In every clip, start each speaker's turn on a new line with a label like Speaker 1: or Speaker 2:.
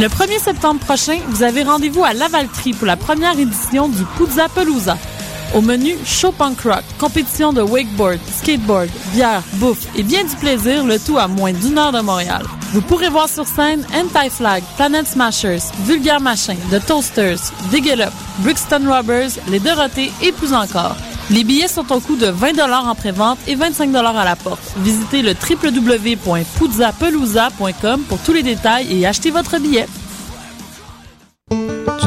Speaker 1: Le 1er septembre prochain, vous avez rendez-vous à Lavaltrie pour la première édition du Puzza Pelusa. Au menu, show punk rock, compétition de wakeboard, skateboard, bière, bouffe et bien du plaisir, le tout à moins d'une heure de Montréal. Vous pourrez voir sur scène Anti-Flag, Planet Smashers, Vulgaire Machin, The Toasters, Dig It Up, Brixton Robbers, Les Dorothées et plus encore. Les billets sont au coût de 20 en prévente et 25 à la porte. Visitez le www.puzzapelusa.com pour tous les détails et achetez votre billet.
Speaker 2: Du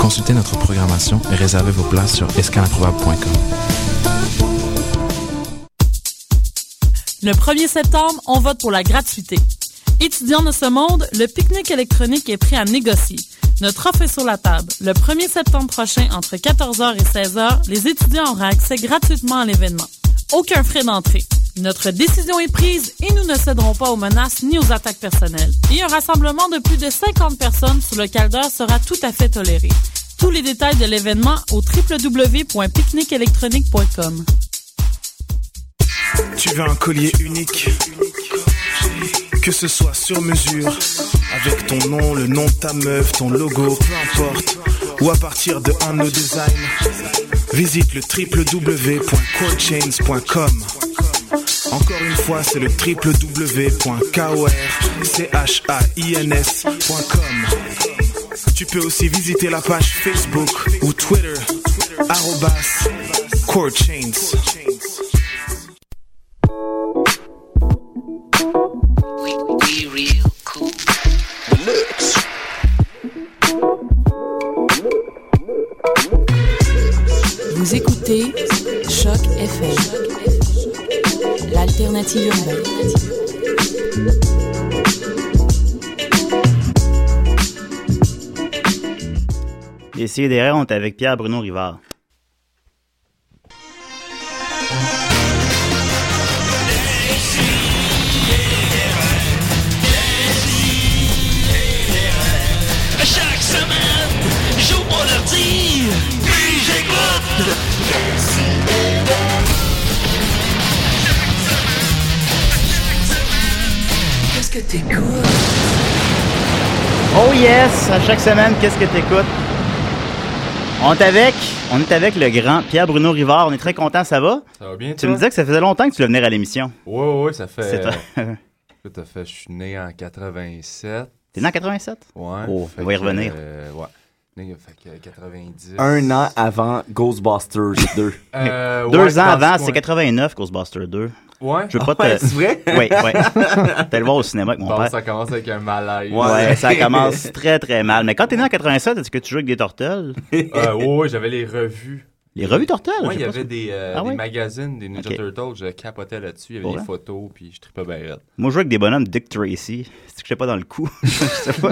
Speaker 2: Consultez notre programmation et réservez vos places sur escalimprobable.com.
Speaker 1: Le 1er septembre, on vote pour la gratuité. Étudiants de ce monde, le pique-nique électronique est prêt à négocier. Notre offre est sur la table. Le 1er septembre prochain, entre 14h et 16h, les étudiants auront accès gratuitement à l'événement. Aucun frais d'entrée. Notre décision est prise et nous ne céderons pas aux menaces ni aux attaques personnelles. Et un rassemblement de plus de 50 personnes sur le caldeur sera tout à fait toléré. Tous les détails de l'événement au www.picnicelectronique.com.
Speaker 3: Tu veux un collier unique que ce soit sur mesure, avec ton nom, le nom de ta meuf, ton logo, peu importe, ou à partir de un de nos designs, visite le www.corechains.com. Encore une fois, c'est le www.korchins.com. Tu peux aussi visiter la page Facebook ou Twitter, arrobas, corechains.
Speaker 4: Vous écoutez Choc FM, l'alternative urbaine.
Speaker 5: Essayez des on est avec Pierre Bruno Rivard.
Speaker 6: Chaque semaine, j'ouvre mon ordi, puis j'écoute.
Speaker 4: Qu'est-ce que t'écoutes?
Speaker 5: Oh yes! À chaque semaine, qu'est-ce que t'écoutes? On est avec, on est avec le grand Pierre Bruno Rivard. On est très content, ça va?
Speaker 7: Ça va bien,
Speaker 5: Tu
Speaker 7: toi?
Speaker 5: me disais que ça faisait longtemps que tu voulais venir à l'émission.
Speaker 7: Ouais, ouais, ouais, ça fait.
Speaker 5: C'est toi.
Speaker 7: euh, écoute, ça fait. Je suis né en 87.
Speaker 5: T'es né en 87?
Speaker 7: Ouais.
Speaker 5: Oh,
Speaker 7: fait
Speaker 5: on va y
Speaker 7: que,
Speaker 5: revenir.
Speaker 7: euh, ouais. Né, fait que 90.
Speaker 8: Un an avant Ghostbusters 2.
Speaker 7: Euh, ouais,
Speaker 5: Deux ans
Speaker 7: dans ce
Speaker 5: avant,
Speaker 7: coin.
Speaker 5: c'est 89, Ghostbuster 2.
Speaker 7: Ouais.
Speaker 5: Je veux pas
Speaker 7: Ah ouais,
Speaker 5: te...
Speaker 7: c'est vrai?
Speaker 5: Oui, oui. T'es le voir au cinéma avec mon
Speaker 7: Bon,
Speaker 5: père.
Speaker 7: ça commence avec un malaise.
Speaker 5: Ouais, ça commence très très mal. Mais quand t'es né en 87, est-ce que tu joues avec des tortelles?
Speaker 7: Euh, ouais, ouais, j'avais les revues.
Speaker 5: Les revues tortelles?
Speaker 7: Ouais, il y
Speaker 5: je sais
Speaker 7: avait
Speaker 5: pas
Speaker 7: des, euh,
Speaker 5: Ah
Speaker 7: des
Speaker 5: ouais?
Speaker 7: magazines, des Ninja
Speaker 5: Ok.
Speaker 7: Turtles, je capotais là-dessus, il y avait
Speaker 5: Pour
Speaker 7: des
Speaker 5: vrai?
Speaker 7: photos, puis je tripais bien raide.
Speaker 5: Moi, je jouais avec des bonhommes Dick Tracy. C'est que j'étais pas dans le coup. je sais pas.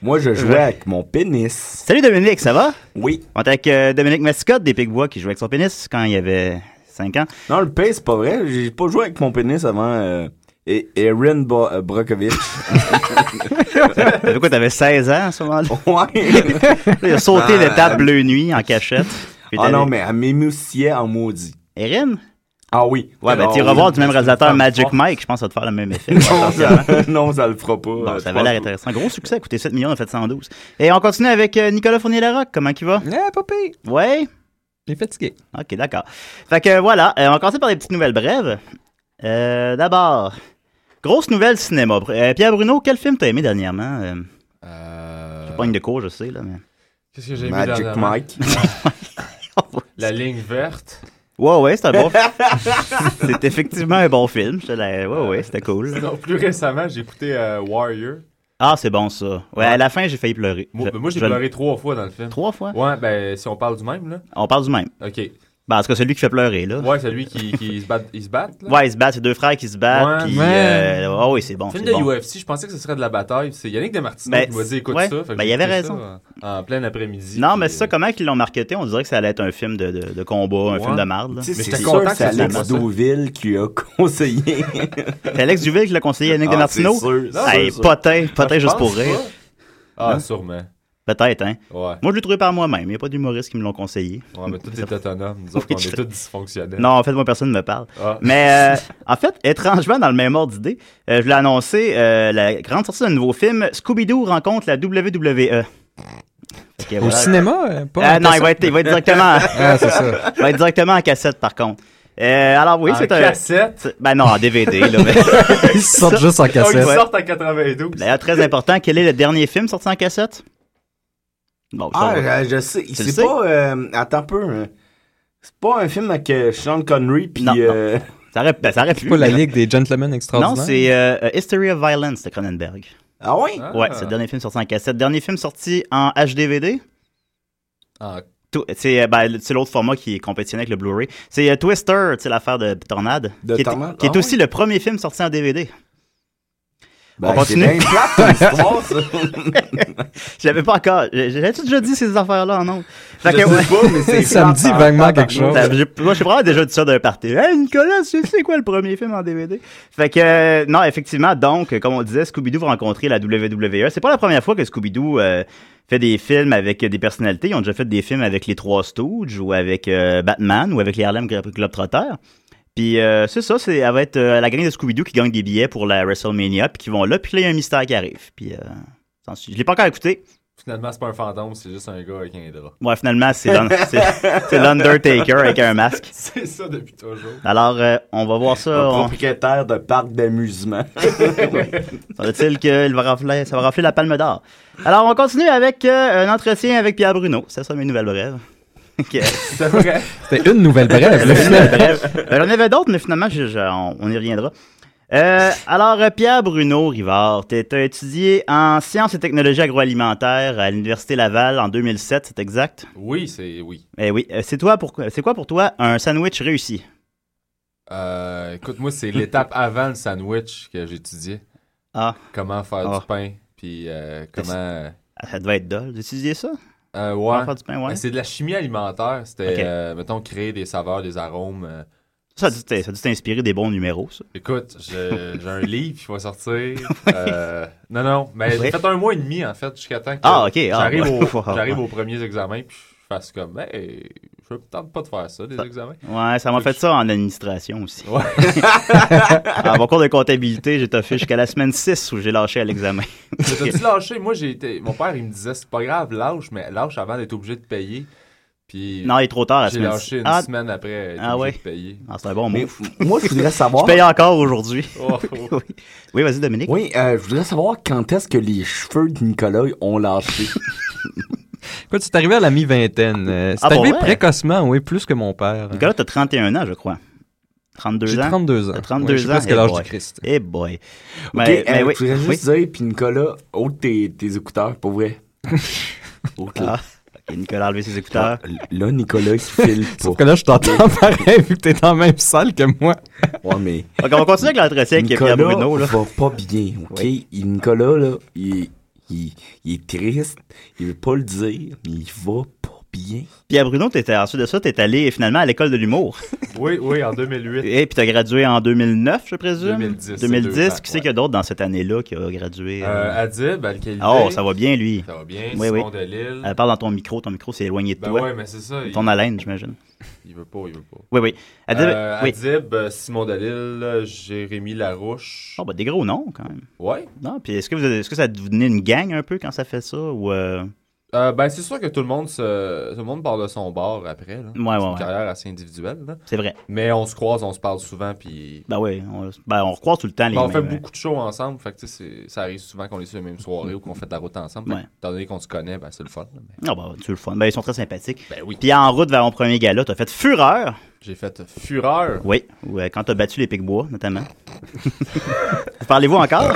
Speaker 8: Moi, je jouais
Speaker 5: Ouais.
Speaker 8: avec mon pénis.
Speaker 5: Salut Dominique, ça va?
Speaker 8: Oui.
Speaker 5: On est avec euh, Dominique Mascotte des Pigbois qui jouait avec son pénis quand il avait 5 ans.
Speaker 8: Non, le pays, c'est pas vrai. Eh, J'ai pas joué avec mon pénis avant euh, E- Erin Bo- euh, Brockovich.
Speaker 5: T'avais quoi, t'avais 16 ans à ce moment-là?
Speaker 8: ouais.
Speaker 5: Il a sauté
Speaker 8: Ah,
Speaker 5: l'étape
Speaker 8: euh,
Speaker 5: bleu nuit en cachette. Puis
Speaker 8: Ah
Speaker 5: t'allais-
Speaker 8: non, mais elle m'émoussillait en maudit.
Speaker 5: Erin?
Speaker 8: Ah oui.
Speaker 5: Ouais, ben,
Speaker 8: Ah
Speaker 5: tu
Speaker 8: oui.
Speaker 5: revoir du même réalisateur
Speaker 7: femme
Speaker 5: Magic
Speaker 7: forte.
Speaker 5: Mike, je pense que ça va te faire le même effet. hein.
Speaker 8: Non, ça, non, ça le fera pas.
Speaker 5: Bon,
Speaker 8: euh, je
Speaker 5: ça avait l'air
Speaker 8: pense.
Speaker 5: intéressant. Gros succès, coûté 7 millions, on a fait 112. Et on continue avec euh, Nicolas Fournier-Larocque, comment il va?
Speaker 9: Eh, papy!
Speaker 5: Ouais?
Speaker 9: J'ai fatigué.
Speaker 5: Ok, d'accord. Fait que euh, voilà, euh, on commence par des petites nouvelles brèves. Euh, D'abord, grosse nouvelle cinéma. Euh, Pierre Bruno, quel film t'as aimé dernièrement? Euh,
Speaker 7: Euh,
Speaker 5: Pogne de cours, je sais, là, mais...
Speaker 7: Qu'est-ce que j'ai mis
Speaker 8: Magic
Speaker 7: dernièrement?
Speaker 8: Mike.
Speaker 7: La ligne verte.
Speaker 5: Ouais, ouais, c'est un bon film. c'est effectivement un bon film. Je te la- Ouais, ouais, c'était cool.
Speaker 7: Non, plus récemment, j'ai écouté euh, Warrior.
Speaker 5: Ah, c'est bon, ça. Ouais, à la fin, j'ai failli pleurer.
Speaker 7: Moi,
Speaker 5: Je-
Speaker 7: moi, j'ai
Speaker 5: je-
Speaker 7: pleuré trois fois dans le film.
Speaker 5: Trois fois?
Speaker 7: Ouais, ben, si on parle du même, là.
Speaker 5: On parle du même.
Speaker 7: OK.
Speaker 5: Ben, en tout cas, celui qui fait pleurer, là.
Speaker 7: Ouais, celui qui, qui se bat. Ils se battent, là?
Speaker 5: Ouais, ils se battent, c'est deux frères qui se battent.
Speaker 7: Ouais.
Speaker 5: puis,
Speaker 9: Ouais.
Speaker 5: euh, oh oui, c'est bon.
Speaker 7: Film
Speaker 5: C'est
Speaker 7: de
Speaker 5: bon.
Speaker 7: UFC, je pensais que ce serait de la bataille. C'est Yannick Desmartino
Speaker 5: Ben,
Speaker 7: qui m'a dit écoute
Speaker 5: ouais.
Speaker 7: ça. Fait que
Speaker 5: Ben,
Speaker 7: j'ai
Speaker 5: il avait
Speaker 7: écouté
Speaker 5: raison.
Speaker 7: ça En, en plein après-midi.
Speaker 5: Non,
Speaker 7: puis,
Speaker 5: mais c'est ça,
Speaker 7: euh,
Speaker 5: comment ils l'ont marketé On dirait que ça allait être un film de, de, de combat, un
Speaker 7: Ouais.
Speaker 5: film de marde. là.
Speaker 8: Tu sais,
Speaker 7: Mais
Speaker 8: c'est
Speaker 7: j'étais
Speaker 8: sûr
Speaker 7: content
Speaker 8: que
Speaker 7: que
Speaker 8: c'est
Speaker 7: ce soit pas
Speaker 8: Alex
Speaker 7: ça.
Speaker 8: Deauville qui a conseillé.
Speaker 5: C'est Alex Duville qui l'a conseillé à Yannick
Speaker 8: Ah,
Speaker 5: Demartino.
Speaker 8: c'est sûr, c'est
Speaker 5: Hey,
Speaker 8: sûr.
Speaker 5: potin, potin
Speaker 7: Ah, je
Speaker 5: juste pour
Speaker 7: pense
Speaker 5: rire.
Speaker 7: pas. Ah,
Speaker 5: Hein?
Speaker 7: sûrement.
Speaker 5: Peut-être, hein.
Speaker 7: Ouais.
Speaker 5: Moi, je l'ai trouvé par moi-même. Il n'y a pas d'humoristes qui me l'ont conseillé.
Speaker 7: Ouais, mais tout est autonome. Nous autres,
Speaker 5: Oui,
Speaker 7: on
Speaker 5: je-
Speaker 7: est tous dysfonctionnels.
Speaker 5: Non, en fait, moi, personne ne me parle.
Speaker 7: Ah.
Speaker 5: Mais euh, en fait, étrangement, dans le même ordre d'idée, euh, je voulais annoncer euh, la grande sortie d'un nouveau film Scooby-Doo rencontre la WWE. Fait que
Speaker 9: Au
Speaker 5: voilà.
Speaker 9: cinéma, euh, pas
Speaker 5: Ah,
Speaker 9: en
Speaker 5: non, il
Speaker 9: cassette.
Speaker 5: va, être, il va être directement,
Speaker 9: Ah, c'est ça.
Speaker 5: il va être directement en cassette, par contre. Euh, alors, oui,
Speaker 7: En
Speaker 5: c'est un.
Speaker 7: cassette.
Speaker 5: c'est- Ben non, en DVD, là. mais-
Speaker 9: Ils sortent juste en
Speaker 7: Donc, ils
Speaker 9: cassette.
Speaker 7: sortent en 92.
Speaker 5: D'ailleurs, très important, quel est le dernier film sorti en cassette? Bon, ça
Speaker 8: Ah,
Speaker 5: va.
Speaker 8: euh, je sais.
Speaker 5: Tu le
Speaker 8: C'est
Speaker 5: sais?
Speaker 8: pas. euh, attends un peu. hein. C'est pas un film avec euh, Sean Connery puis.
Speaker 5: Non, non.
Speaker 8: euh,
Speaker 5: ça aurait, ben, ça aurait
Speaker 9: C'est
Speaker 5: pu.
Speaker 9: pas la
Speaker 5: mais-
Speaker 9: Ligue des Gentlemen
Speaker 5: Non,
Speaker 9: Extraordinaires.
Speaker 5: c'est euh, euh, History of Violence de Cronenberg.
Speaker 8: Ah ouais?
Speaker 7: Ah.
Speaker 5: Ouais, c'est le dernier film sorti en cassette. Dernier film sorti en HDVD.
Speaker 7: Ah,
Speaker 5: Tw- C'est euh, ben, le- c'est l'autre format qui est compétitionné avec le Blu-ray. C'est euh, Twister, tu sais, l'affaire de Tornade.
Speaker 8: De
Speaker 5: qui est,
Speaker 8: Tornade,
Speaker 5: qui est
Speaker 8: ah
Speaker 5: aussi le premier film sorti en DVD.
Speaker 8: Ben,
Speaker 5: On
Speaker 8: c'est bien
Speaker 5: continue?
Speaker 8: plate, ton histoire, ça.
Speaker 5: Je l'avais pas encore. J'avais-tu déjà dit ces affaires-là en nombre? Fait
Speaker 8: Je
Speaker 5: que,
Speaker 8: sais
Speaker 5: ouais.
Speaker 8: pas, mais c'est
Speaker 9: Ça me dit
Speaker 8: plate,
Speaker 9: vaguement
Speaker 8: hein,
Speaker 9: quelque chose.
Speaker 5: Ça, j'ai- Moi, j'ai probablement déjà dit ça d'un parti. Hey, Nicolas, c'est c'est quoi le premier film en DVD? Fait que, euh, non, effectivement, donc, comme on disait, Scooby-Doo va rencontrer la WWE. C'est pas la première fois que Scooby-Doo euh, fait des films avec euh, des personnalités. Ils ont déjà fait des films avec les Trois Stooges ou avec euh, Batman ou avec les Harlem Glo- Globetrotters. Puis euh, c'est ça, c'est, elle va être euh, la gang de Scooby-Doo qui gagne des billets pour la WrestleMania, puis qui vont là, puis là, il y a un mystère qui arrive. Puis, euh, sans suite. je l'ai pas encore écouté.
Speaker 7: Finalement, c'est pas un fantôme, c'est juste un gars avec un drap.
Speaker 5: Ouais, finalement, c'est, l'un- c'est, c'est l'Undertaker avec un masque.
Speaker 7: C'est ça depuis toujours.
Speaker 5: Alors, euh, on va voir ça.
Speaker 8: Un
Speaker 5: on-
Speaker 8: propriétaire de parc d'amusement.
Speaker 5: Semble-t-il qu'il va rafler, ça va rafler la palme d'or. Alors, on continue avec euh, un entretien avec Pierre Bruno. C'est ça mes nouvelles brèves. Ok.
Speaker 7: C'est vrai.
Speaker 5: euh,
Speaker 9: C'était une nouvelle brève. là,
Speaker 5: Nouvelles
Speaker 9: finalement.
Speaker 5: brèves. Ben, J'en avais d'autres, mais finalement, je- je- on, on y reviendra. Euh, alors, euh, Pierre Bruno Rivard, tu as étudié en sciences et technologies agroalimentaires à l'Université Laval en 2007, c'est exact?
Speaker 7: Oui, c'est oui.
Speaker 5: Eh oui. Euh, C'est toi pour- c'est quoi pour toi un sandwich réussi?
Speaker 7: Euh, écoute, moi, c'est l'étape avant le sandwich que j'étudiais.
Speaker 5: Ah.
Speaker 7: Comment faire
Speaker 5: Ah.
Speaker 7: du pain, puis euh, comment...
Speaker 5: Ah, Ça devait être dole d'étudier ça?
Speaker 7: Euh,
Speaker 5: Comment
Speaker 7: ouais.
Speaker 5: faire du pain, ouais.
Speaker 7: Mais C'est de la chimie alimentaire. C'était,
Speaker 5: Ok.
Speaker 7: euh, mettons, créer des saveurs, des arômes. euh.
Speaker 5: Ça a dû t'in- ça a dû t'inspirer des bons numéros, ça.
Speaker 7: Écoute, je- j'ai un livre qui va sortir. Euh, non, non, mais
Speaker 5: Oui.
Speaker 7: j'ai fait un mois et demi, en fait, jusqu'à temps que
Speaker 5: Ah, ok. Ah,
Speaker 7: j'arrive,
Speaker 5: ouais.
Speaker 7: au- j'arrive aux premiers examens, puis je fasse comme, hey, je tente pas de faire ça, des examens.
Speaker 5: Ouais, ça m'a fait ça en administration aussi.
Speaker 7: Ouais.
Speaker 5: Ah, mon cours de comptabilité, j'ai toffé jusqu'à la semaine 6 où j'ai lâché à l'examen.
Speaker 7: Mais T'as-tu lâché? Moi, j'ai été... Mon père, il me disait, c'est pas grave, lâche, mais lâche avant d'être obligé de payer. Puis
Speaker 5: Non, il est trop tard la
Speaker 7: j'ai
Speaker 5: semaine
Speaker 7: lâché
Speaker 5: 6.
Speaker 7: une
Speaker 5: Ah,
Speaker 7: semaine après être
Speaker 5: Ah
Speaker 7: Euh, obligé
Speaker 5: ouais.
Speaker 7: de payer.
Speaker 5: ah, c'est un bon mot.
Speaker 8: Mais
Speaker 5: Je
Speaker 8: moi, je voudrais savoir.
Speaker 5: paye encore aujourd'hui.
Speaker 7: Oh, oh.
Speaker 5: Oui, vas-y, Dominique.
Speaker 8: Oui, euh, je voudrais savoir quand est-ce que les cheveux de Nicolas ont lâché.
Speaker 9: Écoute, c'est arrivé à la mi-vingtaine. euh, c'est
Speaker 5: Ah,
Speaker 9: arrivé
Speaker 5: pour vrai?
Speaker 9: précocement, oui, plus que mon père.
Speaker 5: Nicolas, t'as 31 ans, je crois. 32
Speaker 9: J'ai
Speaker 5: ans.
Speaker 9: 32 ans.
Speaker 5: T'as 32
Speaker 9: Ouais, je suis
Speaker 5: ans,
Speaker 9: presque
Speaker 5: eh
Speaker 9: l'âge
Speaker 5: boy.
Speaker 9: du Christ.
Speaker 5: Eh boy.
Speaker 8: Ok,
Speaker 5: Mais, mais
Speaker 8: euh,
Speaker 5: oui.
Speaker 8: Je voudrais
Speaker 5: oui.
Speaker 8: juste dire, puis Nicolas, ôte tes, tes écouteurs, pour vrai. Ok.
Speaker 5: Ah, ok, Nicolas a enlevé ses écouteurs.
Speaker 8: Là, Nicolas, il file
Speaker 9: Sauf
Speaker 8: pas.
Speaker 9: que là, je t'entends pareil vu que t'es dans la même salle que moi.
Speaker 8: Ouais, mais
Speaker 5: Ok, on va continuer avec l'entretien avec
Speaker 8: Nicolas
Speaker 5: Pierre Bruno. Là.
Speaker 8: va pas bien, ok? Il- Nicolas, là, il, il, il est triste, il veut pas le dire, mais il va pas bien.
Speaker 5: Pierre Bruno, t'étais, ensuite de ça, t'es allé finalement à l'école de l'humour.
Speaker 7: oui, oui, en 2008.
Speaker 5: Et puis t'as gradué en 2009, je présume.
Speaker 7: 2010,
Speaker 5: 2010.
Speaker 7: c'est
Speaker 5: Qui
Speaker 7: deux
Speaker 5: c'est
Speaker 7: ans,
Speaker 5: qu'il y a d'autre dans cette année-là qui a gradué?
Speaker 7: Euh,
Speaker 5: euh,
Speaker 7: Adib, Al-Khalidi.
Speaker 5: Oh, ça va bien, lui.
Speaker 7: Ça va bien,
Speaker 5: Oui,
Speaker 7: Simon
Speaker 5: oui.
Speaker 7: Delille.
Speaker 5: Elle parle dans ton micro, ton micro s'est éloigné de
Speaker 7: ben
Speaker 5: toi.
Speaker 7: ouais, mais c'est ça. Il,
Speaker 5: Ton haleine, j'imagine.
Speaker 7: il veut pas, il veut pas.
Speaker 5: Oui, oui. Elle dit-
Speaker 7: Euh,
Speaker 5: oui.
Speaker 7: Adib, euh, Simon Delille, Jérémy Larouche.
Speaker 5: Oh, bah, des gros noms, quand même.
Speaker 7: Ouais.
Speaker 5: Non, puis est-ce que, vous avez- est-ce que ça devenait une gang un peu quand ça fait ça? Ou euh,
Speaker 7: Euh, ben, c'est sûr que tout le monde se... tout le monde parle de son bord après. Là.
Speaker 5: Ouais, ouais,
Speaker 7: c'est une
Speaker 5: ouais.
Speaker 7: carrière assez individuelle. là.
Speaker 5: C'est vrai.
Speaker 7: Mais on se croise, on se parle souvent, puis
Speaker 5: Ben oui, on, ben, on recroise tout le temps les
Speaker 7: Ben, on
Speaker 5: mêmes,
Speaker 7: fait
Speaker 5: hein.
Speaker 7: beaucoup de shows ensemble, fait que, tu sais, c'est- ça arrive souvent qu'on est sur les mêmes soirées ou qu'on fait de la route ensemble. Fait que,
Speaker 5: Ouais.
Speaker 7: Étant donné qu'on se connaît, ben, c'est le fun. là, mais-
Speaker 5: Non, ben, tu le fun. Ben, ils sont très sympathiques.
Speaker 7: Ben oui,
Speaker 5: Puis en route vers mon premier gala, t'as fait Fureur.
Speaker 7: j'ai fait fureur.
Speaker 5: Oui, ou, euh, quand t'as battu les Picbois, notamment. Vous Parlez-vous encore?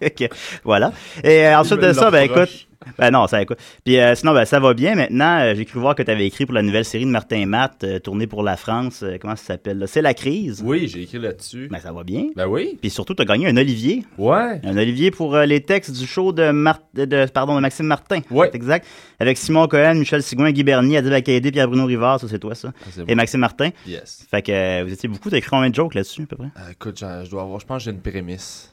Speaker 5: Ok, Voilà. Et euh, ensuite de ça, ben écoute, Ben non, ça écoute. Puis euh, sinon, ben, ça va bien maintenant. euh, J'ai cru voir que tu avais écrit pour la nouvelle série de Martin Matt, euh, tournée pour la France. Euh, comment ça s'appelle? là? C'est la crise.
Speaker 7: Oui, j'ai écrit là-dessus.
Speaker 5: Ben ça va bien.
Speaker 7: Ben oui.
Speaker 5: Puis surtout, tu as gagné un Olivier.
Speaker 7: Ouais.
Speaker 5: Un Olivier pour euh, les textes du show de, Mar- de- de- pardon, de Maxime Martin.
Speaker 7: Ouais.
Speaker 5: C'est Exact. Avec Simon Cohen, Michel Sigouin, Guy Bernier, Adib Akaidi, Pierre-Bruno Rivard, ça c'est toi ça.
Speaker 7: Ah, c'est
Speaker 5: Et Maxime Martin.
Speaker 7: Yes.
Speaker 5: Fait que euh, vous étiez beaucoup, t'as écrit combien de jokes là-dessus à peu près?
Speaker 7: Euh, écoute, j'en- je dois avoir, je pense que j'ai une prémisse.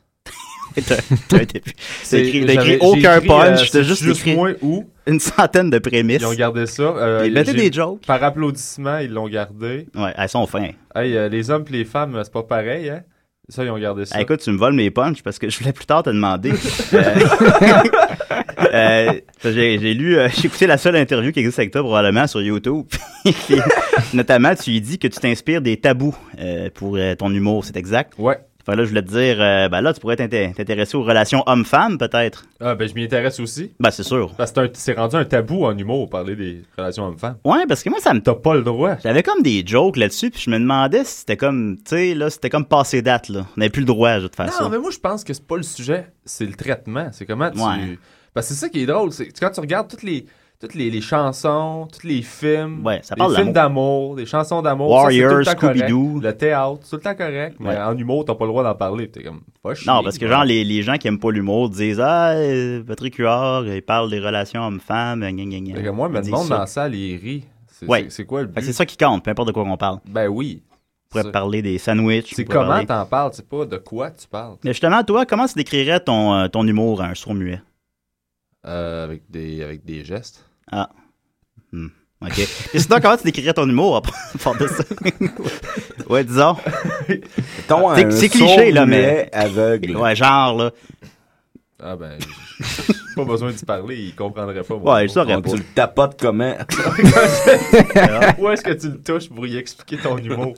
Speaker 5: T'as- T'as t'as écrit, t'as
Speaker 7: j'avais-
Speaker 5: écrit
Speaker 7: j'ai
Speaker 5: aucun
Speaker 7: écrit, euh,
Speaker 5: punch, t'as
Speaker 7: c'est
Speaker 5: juste, écrit
Speaker 7: moi ou
Speaker 5: une centaine de prémices.
Speaker 7: ils ont gardé ça. Euh,
Speaker 5: Ils mettaient
Speaker 7: j'ai-
Speaker 5: des jokes.
Speaker 7: Par applaudissement, ils l'ont gardé.
Speaker 5: Ouais, elles sont fins.
Speaker 7: Hey, euh, les hommes et les femmes, c'est pas pareil, hein? Ça, ils ont gardé ça.
Speaker 5: Ah, écoute, tu me voles mes punchs parce que je voulais plus tard te demander. Euh, euh, j'ai, j'ai lu, euh, j'ai écouté la seule interview qui existe avec toi probablement sur YouTube. Puis, notamment, tu y dis que tu t'inspires des tabous euh, pour euh, ton humour, c'est exact.
Speaker 7: Ouais.
Speaker 5: Enfin, là, je voulais te dire, euh, ben là, tu pourrais t'inté- t'intéresser aux relations homme-femme, peut-être.
Speaker 7: Ah, ben, je m'y intéresse aussi.
Speaker 5: Ben, c'est sûr.
Speaker 7: Parce que c'est un- c'est rendu un tabou en humour, parler des relations hommes-femmes.
Speaker 5: Ouais, parce que moi, ça me
Speaker 7: T'as pas le droit.
Speaker 5: J'avais comme des jokes là-dessus, puis je me demandais si c'était comme, tu sais, là, c'était comme passé date, là. On n'avait plus le droit, de toute façon.
Speaker 7: Non, mais moi, je pense que c'est pas le sujet, c'est le traitement. C'est comment tu.
Speaker 5: Ouais.
Speaker 7: Parce que c'est ça qui est drôle. C'est quand tu regardes toutes les. Toutes les, les chansons, tous les films,
Speaker 5: Ouais, ça parle
Speaker 7: les films d'amour, des chansons d'amour, ça, c'est tout le
Speaker 5: Warriors,
Speaker 7: temps correct.
Speaker 5: Scooby-Doo.
Speaker 7: le théâtre, c'est tout le temps correct, mais
Speaker 5: Ouais.
Speaker 7: en humour, t'as pas le droit d'en parler. T'es comme, va chier.
Speaker 5: Non, parce que genre, les, les gens qui aiment pas l'humour disent Ah, euh, Patrick Huard, il parle des relations hommes-femmes, gna gna gna.
Speaker 7: Fait que moi, me
Speaker 5: Ils disent
Speaker 7: demande
Speaker 5: ça.
Speaker 7: dans la salle, il rit. C'est
Speaker 5: Ouais.
Speaker 7: c'est- c'est quoi le but?
Speaker 5: Fait que c'est ça qui compte, peu importe de quoi on parle.
Speaker 7: Ben oui.
Speaker 5: On pourrait
Speaker 7: Ça.
Speaker 5: parler des sandwichs.
Speaker 7: C'est
Speaker 5: on pourrait
Speaker 7: comment
Speaker 5: parler-
Speaker 7: t'en parles, c'est pas de quoi tu parles.
Speaker 5: Mais justement, toi, comment tu décrirais ton, euh, ton humour à un sourd muet
Speaker 7: Euh, avec, des, avec des gestes.
Speaker 5: Ah. Hmm. Ok. Et sinon, comment tu décrirais ton humour à part de ça Ouais, disons. Ah,
Speaker 8: Mettons
Speaker 5: C'est-
Speaker 8: un
Speaker 5: c'est cliché, là,
Speaker 8: sourd-muet aveugle.
Speaker 5: Ouais, genre, là.
Speaker 7: Ah ben, j'ai- j'ai pas besoin d'y parler, il comprendrait pas. mon
Speaker 5: Ouais,
Speaker 7: mot.
Speaker 5: je saurais
Speaker 8: On-
Speaker 5: pas.
Speaker 8: tu le tapotes comment?
Speaker 7: Où est-ce que tu le touches pour y expliquer ton humour?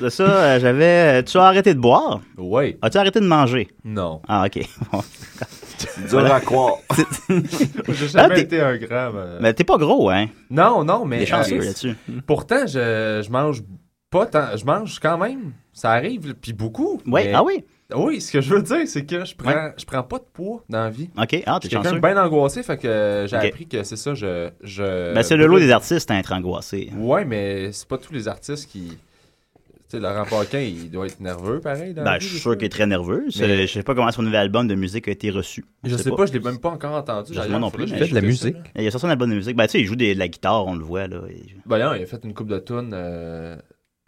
Speaker 5: De ça, euh, j'avais. Tu as arrêté de boire
Speaker 7: Ouais.
Speaker 5: As-tu arrêté de manger
Speaker 7: Non.
Speaker 5: Ah, ok. Bon.
Speaker 8: C'est dur à croire.
Speaker 7: J'ai
Speaker 5: Ah,
Speaker 7: jamais
Speaker 5: t'es-
Speaker 7: été un gramme. euh,
Speaker 5: Mais t'es pas gros, hein
Speaker 7: Non, non, mais.
Speaker 5: Des chanceux
Speaker 7: euh,
Speaker 5: là-dessus.
Speaker 7: pourtant, je, je mange pas tant. Je mange quand même. Ça arrive, là, puis beaucoup.
Speaker 5: Ouais,
Speaker 7: mais-
Speaker 5: ah oui.
Speaker 7: Oui, ce que je veux dire, c'est que je prends, je prends pas de poids dans la vie.
Speaker 5: Ok, ah,
Speaker 7: Je
Speaker 5: t'es
Speaker 7: suis quelqu'un
Speaker 5: chanceux.
Speaker 7: de bien angoissé, fait que euh, j'ai
Speaker 5: Ok.
Speaker 7: appris que c'est ça, je. je
Speaker 5: Ben, c'est le lot des artistes à être angoissé.
Speaker 7: Ouais, mais c'est pas tous les artistes qui. Tu sais, Laurent Paquin, il doit être nerveux, pareil. Dans
Speaker 5: Ben,
Speaker 7: la
Speaker 5: je
Speaker 7: vie,
Speaker 5: suis
Speaker 7: des
Speaker 5: sûr
Speaker 7: fois.
Speaker 5: qu'il est très nerveux. C'est-
Speaker 7: Mais-
Speaker 5: Je sais pas comment son nouvel album de musique a été reçu. On
Speaker 7: Je sais pas, je l'ai même pas encore entendu.
Speaker 5: Je sais
Speaker 7: d'ailleurs,
Speaker 5: moi non
Speaker 7: faudrait
Speaker 5: plus,
Speaker 7: que
Speaker 5: mais
Speaker 7: je
Speaker 9: de la
Speaker 7: check ça,
Speaker 9: musique.
Speaker 7: là.
Speaker 5: Il a sorti un album de musique. Ben, tu sais, il joue des- de la guitare, on le voit, là. Il-
Speaker 7: Ben non, il a fait une coupe de tonnes. Euh,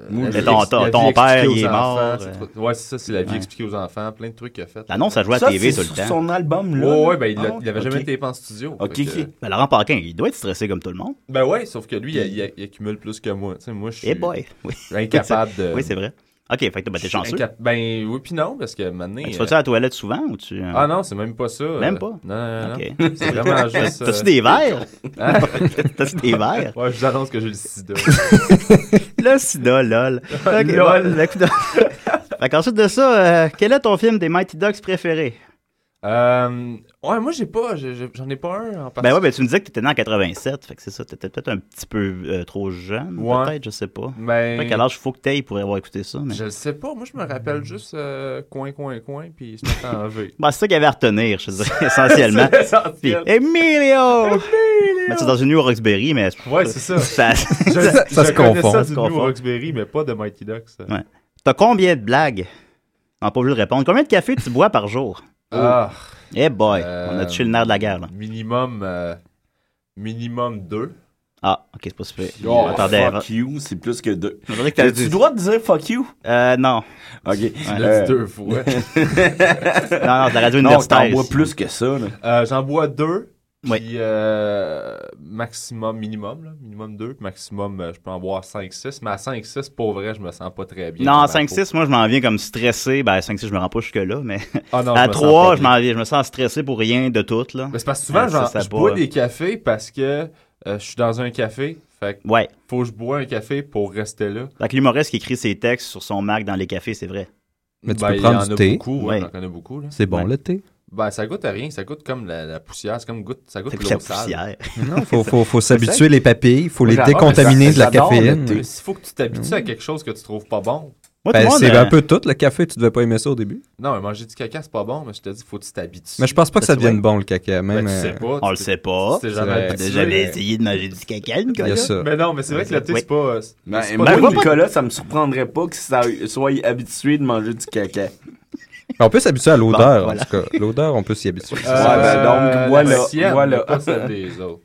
Speaker 7: euh,
Speaker 8: Nous,
Speaker 7: la
Speaker 8: mais
Speaker 7: vie
Speaker 5: ton-
Speaker 7: ex-
Speaker 5: ton-
Speaker 7: la vie
Speaker 5: ton père,
Speaker 7: expliquée
Speaker 5: il
Speaker 7: aux
Speaker 5: est mort,
Speaker 7: enfants, c'est
Speaker 5: euh.
Speaker 7: trop- Ouais, c'est ça, c'est la vie
Speaker 5: Ouais.
Speaker 7: expliquée aux enfants, plein de trucs qu'il a fait.
Speaker 5: L'annonce, ça joue à
Speaker 8: Ça,
Speaker 5: TV tout
Speaker 8: c'est
Speaker 5: le
Speaker 8: sur
Speaker 5: temps.
Speaker 8: son album, là.
Speaker 7: Ouais,
Speaker 8: là?
Speaker 7: ouais, ben il, l'a-
Speaker 8: Ah,
Speaker 7: il avait
Speaker 8: ok.
Speaker 7: jamais été épais en studio.
Speaker 8: Ok,
Speaker 7: fait que-
Speaker 8: ok.
Speaker 5: Ben, Laurent Paquin, il doit être stressé comme tout le monde.
Speaker 7: Ben ouais, sauf que lui, il, il- il accumule plus que moi. Tu sais, moi, je suis
Speaker 5: Eh boy! Oui,
Speaker 7: incapable de.
Speaker 5: oui c'est vrai. Ok, fait que t'as- ben, t'es
Speaker 7: Je suis
Speaker 5: chanceux. Ben,
Speaker 7: incap- Ben oui, puis non, parce que maintenant.
Speaker 5: Tu vas-tu à la toilette souvent ou tu.
Speaker 7: euh, Ah non, c'est même pas ça. euh,
Speaker 5: Même pas?
Speaker 7: Non, non, non.
Speaker 5: Ok.
Speaker 7: non. C'est vraiment
Speaker 5: T'as-
Speaker 7: juste.
Speaker 5: T'as-tu
Speaker 7: euh,
Speaker 5: des verres?
Speaker 7: Hein?
Speaker 5: T'as-tu des verres?
Speaker 7: Ouais, je vous annonce que j'ai le sida. Ah,
Speaker 5: Le sida, lol. Ok,
Speaker 7: Lol.
Speaker 5: bon, écoute- Fait qu'ensuite de ça, euh, quel est ton film des Mighty Ducks préféré?
Speaker 7: euh, ouais, moi, j'ai pas. j'ai- j'ai- J'en ai pas un en
Speaker 5: Ben
Speaker 7: particulier.
Speaker 5: ouais, ben tu me disais que t'étais né en 87, fait que c'est ça, t'étais peut-être un petit peu euh, trop jeune,
Speaker 7: Ouais.
Speaker 5: peut-être, je sais pas.
Speaker 7: Ben,
Speaker 5: Après, quel âge faut que t'ailles pour avoir écouté ça, mais...
Speaker 7: Je le sais pas, moi je me rappelle juste euh, coin, coin, coin, puis c'est en V.
Speaker 5: Ben, c'est ça qu'il y avait à retenir, je te dirais, essentiellement.
Speaker 7: C'est
Speaker 5: Puis,
Speaker 7: essentiel.
Speaker 5: Emilio! Ben, c'est dans une nuit au Roxbury, mais...
Speaker 7: Ouais, c'est ça.
Speaker 5: ça...
Speaker 7: Je-
Speaker 9: Ça- ça
Speaker 7: je
Speaker 9: se
Speaker 7: connais
Speaker 9: confond.
Speaker 7: Ça
Speaker 5: Ça se
Speaker 7: du nouveau
Speaker 5: confond.
Speaker 7: Roxbury, mais pas de Mighty Ducks. euh, ça.
Speaker 5: Ouais. T'as combien de blagues? Non, pas obligé de répondre. Combien de café tu bois par jour?
Speaker 7: Ah,
Speaker 5: Eh boy,
Speaker 7: euh,
Speaker 5: on a touché le nerf de la guerre, là.
Speaker 7: Minimum, euh, minimum deux.
Speaker 5: Ah, ok, c'est pas super.
Speaker 7: Oh,
Speaker 5: Attendez, avant-
Speaker 8: Fuck you, c'est plus que deux.
Speaker 5: on dirait que t'as
Speaker 8: T'as-tu le
Speaker 5: dit...
Speaker 8: droit de dire fuck you?
Speaker 5: Euh, non.
Speaker 8: Ok.
Speaker 7: Je l'ai
Speaker 8: Euh,
Speaker 7: dit deux fois.
Speaker 5: Non, non, de la radio
Speaker 8: non, t'en
Speaker 5: universitaire.
Speaker 8: bois
Speaker 5: ici.
Speaker 8: plus que ça, là.
Speaker 7: Euh, J'en bois deux. Puis
Speaker 5: Ouais.
Speaker 7: euh, maximum, minimum, là, minimum deux. puis Maximum, euh, je peux en boire 5-6. Mais à 5-6, pour vrai, je me sens pas très bien.
Speaker 5: Non,
Speaker 7: dans ma
Speaker 5: 5-6, moi, je m'en viens comme stressé. Ben, 5-6, je me rends pas jusque-là, mais...
Speaker 7: peau. Ah non,
Speaker 5: à
Speaker 7: me sens
Speaker 5: 3,
Speaker 7: pas
Speaker 5: je,
Speaker 7: bien.
Speaker 5: m'en- je me sens stressé pour rien de tout, là.
Speaker 7: Mais c'est parce que souvent,
Speaker 5: Ouais, ça,
Speaker 7: genre,
Speaker 5: ça
Speaker 7: je
Speaker 5: boit.
Speaker 7: bois des cafés parce que euh, je suis dans un café. Fait que
Speaker 5: Ouais.
Speaker 7: faut que je bois un café pour rester là.
Speaker 5: Fait que l'humoriste qui écrit ses textes sur son Mac dans les cafés, c'est vrai.
Speaker 9: Mais tu
Speaker 7: Ben,
Speaker 9: peux
Speaker 7: il
Speaker 9: prendre
Speaker 7: y en
Speaker 9: du
Speaker 7: a
Speaker 9: thé.
Speaker 7: Beaucoup, ouais,
Speaker 5: Ouais.
Speaker 7: j'en connais beaucoup. Là.
Speaker 9: C'est bon, le thé.
Speaker 7: Ben, ça goûte à rien, ça goûte comme la, la poussière, c'est comme goûte, ça goûte
Speaker 5: C'est plus
Speaker 7: l'eau
Speaker 5: la
Speaker 7: sale.
Speaker 5: poussière.
Speaker 9: Non, faut, faut, faut s'habituer les papilles, faut
Speaker 7: Moi,
Speaker 9: les
Speaker 7: j'adore,
Speaker 9: décontaminer
Speaker 7: mais
Speaker 9: de la
Speaker 8: j'adore le
Speaker 9: caféine.
Speaker 8: thé.
Speaker 7: S'il faut que tu t'habitues à quelque chose que tu trouves pas bon,
Speaker 5: Moi, tout
Speaker 9: Ben,
Speaker 5: le monde,
Speaker 9: c'est
Speaker 5: euh,
Speaker 9: un peu tout. Le café, tu devais pas aimer ça au début.
Speaker 7: Non, mais manger du caca, c'est pas bon, mais je te dis, faut que tu t'habitues.
Speaker 9: Mais je pense pas que ça
Speaker 7: vient
Speaker 9: devienne bon, le caca.
Speaker 7: Ben,
Speaker 9: Même,
Speaker 7: tu sais
Speaker 9: euh,
Speaker 7: pas.
Speaker 5: on
Speaker 7: tu
Speaker 5: le
Speaker 7: t'es-
Speaker 5: sait pas.
Speaker 7: tu t'es
Speaker 9: C'est
Speaker 7: jamais
Speaker 9: vrai.
Speaker 5: T'as
Speaker 7: habitué.
Speaker 5: déjà essayé de manger du caca,
Speaker 9: il y
Speaker 5: Nicolas?
Speaker 9: a ça.
Speaker 7: Mais non, mais c'est vrai que le thé,
Speaker 5: Oui.
Speaker 7: c'est pas. euh, c'est
Speaker 8: Ben,
Speaker 7: pas
Speaker 8: moi,
Speaker 7: bon.
Speaker 5: moi,
Speaker 8: Nicolas, ça me surprendrait pas que ça soit habitué de manger du caca. Ouais,
Speaker 9: Ben, On peut s'habituer à l'odeur,
Speaker 5: Bon, voilà.
Speaker 9: en tout cas. L'odeur, on peut s'y habituer.
Speaker 8: ben
Speaker 7: Euh,
Speaker 8: donc, voilà,
Speaker 7: la sienne,
Speaker 8: voilà.
Speaker 7: pas celle des autres.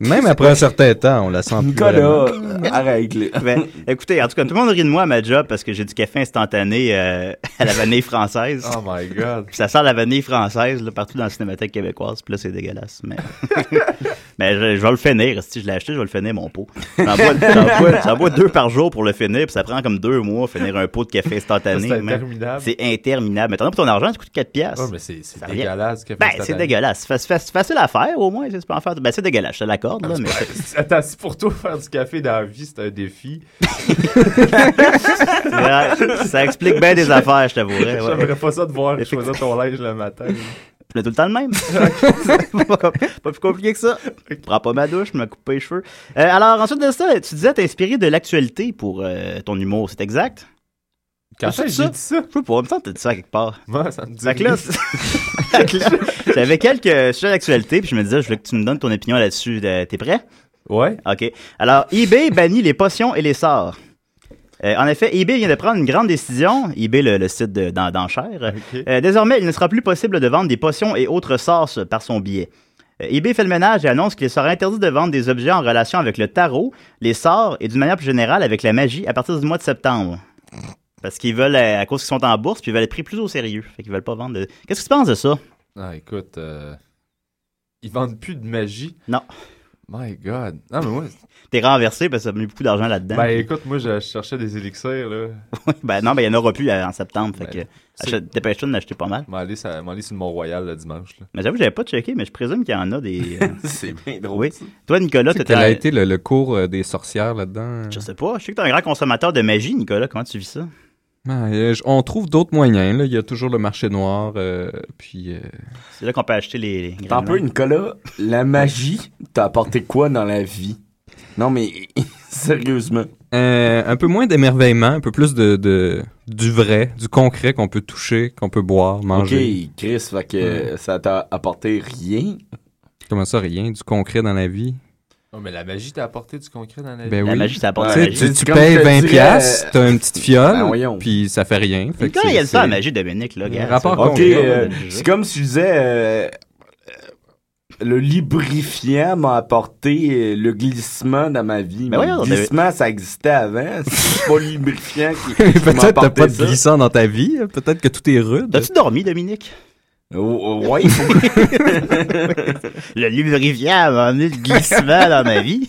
Speaker 9: Même après un certain temps, on la sent plus. vraiment.
Speaker 8: Nicolas, arrête là.
Speaker 5: Ben, écoutez, en tout cas, tout le monde rit de moi à ma job parce que j'ai du café instantané euh, à la vanille française.
Speaker 7: Oh my god.
Speaker 5: Puis ça sent la vanille française là, partout dans la cinémathèque québécoise. Puis là, c'est dégueulasse. Mais, mais je, je vais le finir. Si je l'ai acheté, je vais le finir, mon pot. J'en bois, j'en bois- j'en bois deux par jour pour le finir. Puis ça prend comme deux mois finir un pot de café
Speaker 7: Ça,
Speaker 5: instantané.
Speaker 7: C'est
Speaker 5: mais
Speaker 7: interminable.
Speaker 5: C'est interminable. Mais t'en as pour ton argent, ça coûte 4 piastres.
Speaker 7: Ah, mais c'est c'est
Speaker 5: Ça vient.
Speaker 7: dégueulasse. que
Speaker 5: Ben, c'est dégueulasse. Fac- fac- facile à faire, au moins. C'est pas en faire. Ben, c'est dégueulasse, je te l'accorde.
Speaker 7: Ah,
Speaker 5: là, mais c'est-
Speaker 7: Attends, si pour toi, faire du café dans la vie, c'est un défi,
Speaker 5: c'est- ça explique bien des affaires, je t'avouerais. ouais.
Speaker 7: j'aimerais pas ça de voir
Speaker 5: Effectivement.
Speaker 7: choisir ton linge le matin.
Speaker 5: Je mets tout le temps le même. C'est pas, com- pas plus compliqué que ça. Je prends pas ma douche, je me coupe pas les cheveux. Euh, alors, ensuite de ça, tu disais t'inspirer de l'actualité pour euh, ton humour, c'est exact?
Speaker 7: Quand ça,
Speaker 5: C'est ça.
Speaker 7: j'ai dit ça,
Speaker 5: Je peux pas, en même temps, t'as dit ça quelque part.
Speaker 7: moi, ça me dit.
Speaker 5: Fait que là, c'est- Fait que là, j'avais quelques sujets d'actualité, puis je me disais, je voulais que tu me donnes ton opinion là-dessus. Euh, T'es prêt?
Speaker 7: Ouais.
Speaker 5: OK. Alors, eBay bannit les potions et les sorts. Euh, en effet, eBay vient de prendre une grande décision. eBay, le, le site de- d'en- d'enchères.
Speaker 7: Ok.
Speaker 5: Euh, désormais, il ne sera plus possible de vendre des potions et autres sorts euh, par son biais. Euh, eBay fait le ménage et annonce qu'il sera interdit de vendre des objets en relation avec le tarot, les sorts et d'une manière plus générale avec la magie à partir du mois de septembre. Parce qu'ils veulent, euh, à cause qu'ils sont en bourse, puis ils veulent être pris plus au sérieux. Fait qu'ils veulent pas vendre. de- Qu'est-ce que tu penses de ça?
Speaker 7: Ah, écoute, euh, ils vendent plus de magie.
Speaker 5: Non.
Speaker 7: My god. Non, mais moi,
Speaker 5: T'es renversé parce que ça a mis beaucoup d'argent là-dedans.
Speaker 7: ben écoute, moi, je cherchais des élixirs, là.
Speaker 5: Ben non, ben il n'y en aura plus euh, en septembre. Fait
Speaker 7: Ben,
Speaker 5: que achète- dépêche-toi d'en acheter pas mal.
Speaker 7: M'en aller, sur- m'en aller sur le Mont-Royal le dimanche, là.
Speaker 5: Mais j'avoue, j'avais pas checké, mais je présume qu'il y en a des. euh,
Speaker 8: C'est bien drôle.
Speaker 5: oui. Toi, Nicolas,
Speaker 9: Tu sais
Speaker 5: t'étais.
Speaker 9: Quel a été le, le cours euh, des sorcières là-dedans?
Speaker 5: Je sais pas. Je sais que t'es un grand consommateur de magie, Nicolas. Comment tu vis ça?
Speaker 9: Ah, euh, j- on trouve d'autres moyens. Là. Il y a toujours le marché noir. euh, puis, euh,
Speaker 5: C'est là qu'on peut acheter les. les
Speaker 8: T'en peux, Nicolas, la magie, t'as apporté quoi dans la vie? Non, mais sérieusement.
Speaker 9: euh, un peu moins d'émerveillement, un peu plus de, de- du vrai, du concret qu'on peut toucher, qu'on peut boire,
Speaker 8: Ok,
Speaker 9: manger.
Speaker 8: Chris, fait que ça t'a apporté rien.
Speaker 9: Comment ça, rien? Du concret dans la vie?
Speaker 7: Non, mais la magie t'a apporté du concret dans la vie.
Speaker 9: Ben
Speaker 5: Euh, La
Speaker 9: oui.
Speaker 5: magie, ça apporte
Speaker 9: Tu
Speaker 5: la
Speaker 9: sais,
Speaker 5: magie.
Speaker 9: tu,
Speaker 8: C'est
Speaker 9: tu
Speaker 8: comme je
Speaker 9: payes
Speaker 8: te
Speaker 9: 20
Speaker 8: dirais,
Speaker 9: piastres,
Speaker 8: euh,
Speaker 9: t'as une petite fiole,
Speaker 8: ben voyons.
Speaker 9: puis ça fait rien. Fait que
Speaker 5: Nicolas,
Speaker 9: c'est-
Speaker 5: il y a ça, la
Speaker 9: c'est-
Speaker 5: magie, Dominique, là, gars.
Speaker 9: Rapport
Speaker 5: C'est pas-
Speaker 8: Ok,
Speaker 9: Concret,
Speaker 8: euh, c'est comme si je disais, euh, euh, le lubrifiant m'a apporté euh, le glissement dans ma vie.
Speaker 5: Ben
Speaker 8: Mais le
Speaker 5: voyons,
Speaker 8: glissement, ça existait avant. C'est pas le lubrifiant qui, qui m'a
Speaker 9: Peut-être que t'as
Speaker 8: apporté
Speaker 9: pas de
Speaker 8: ça.
Speaker 9: glissant dans ta vie. hein. Peut-être que tout est rude.
Speaker 5: T'as-tu dormi, Dominique? Euh,
Speaker 8: Oh, oh, ouais, il faut-
Speaker 5: Le lubrifiant m'a amené le glissement dans ma vie.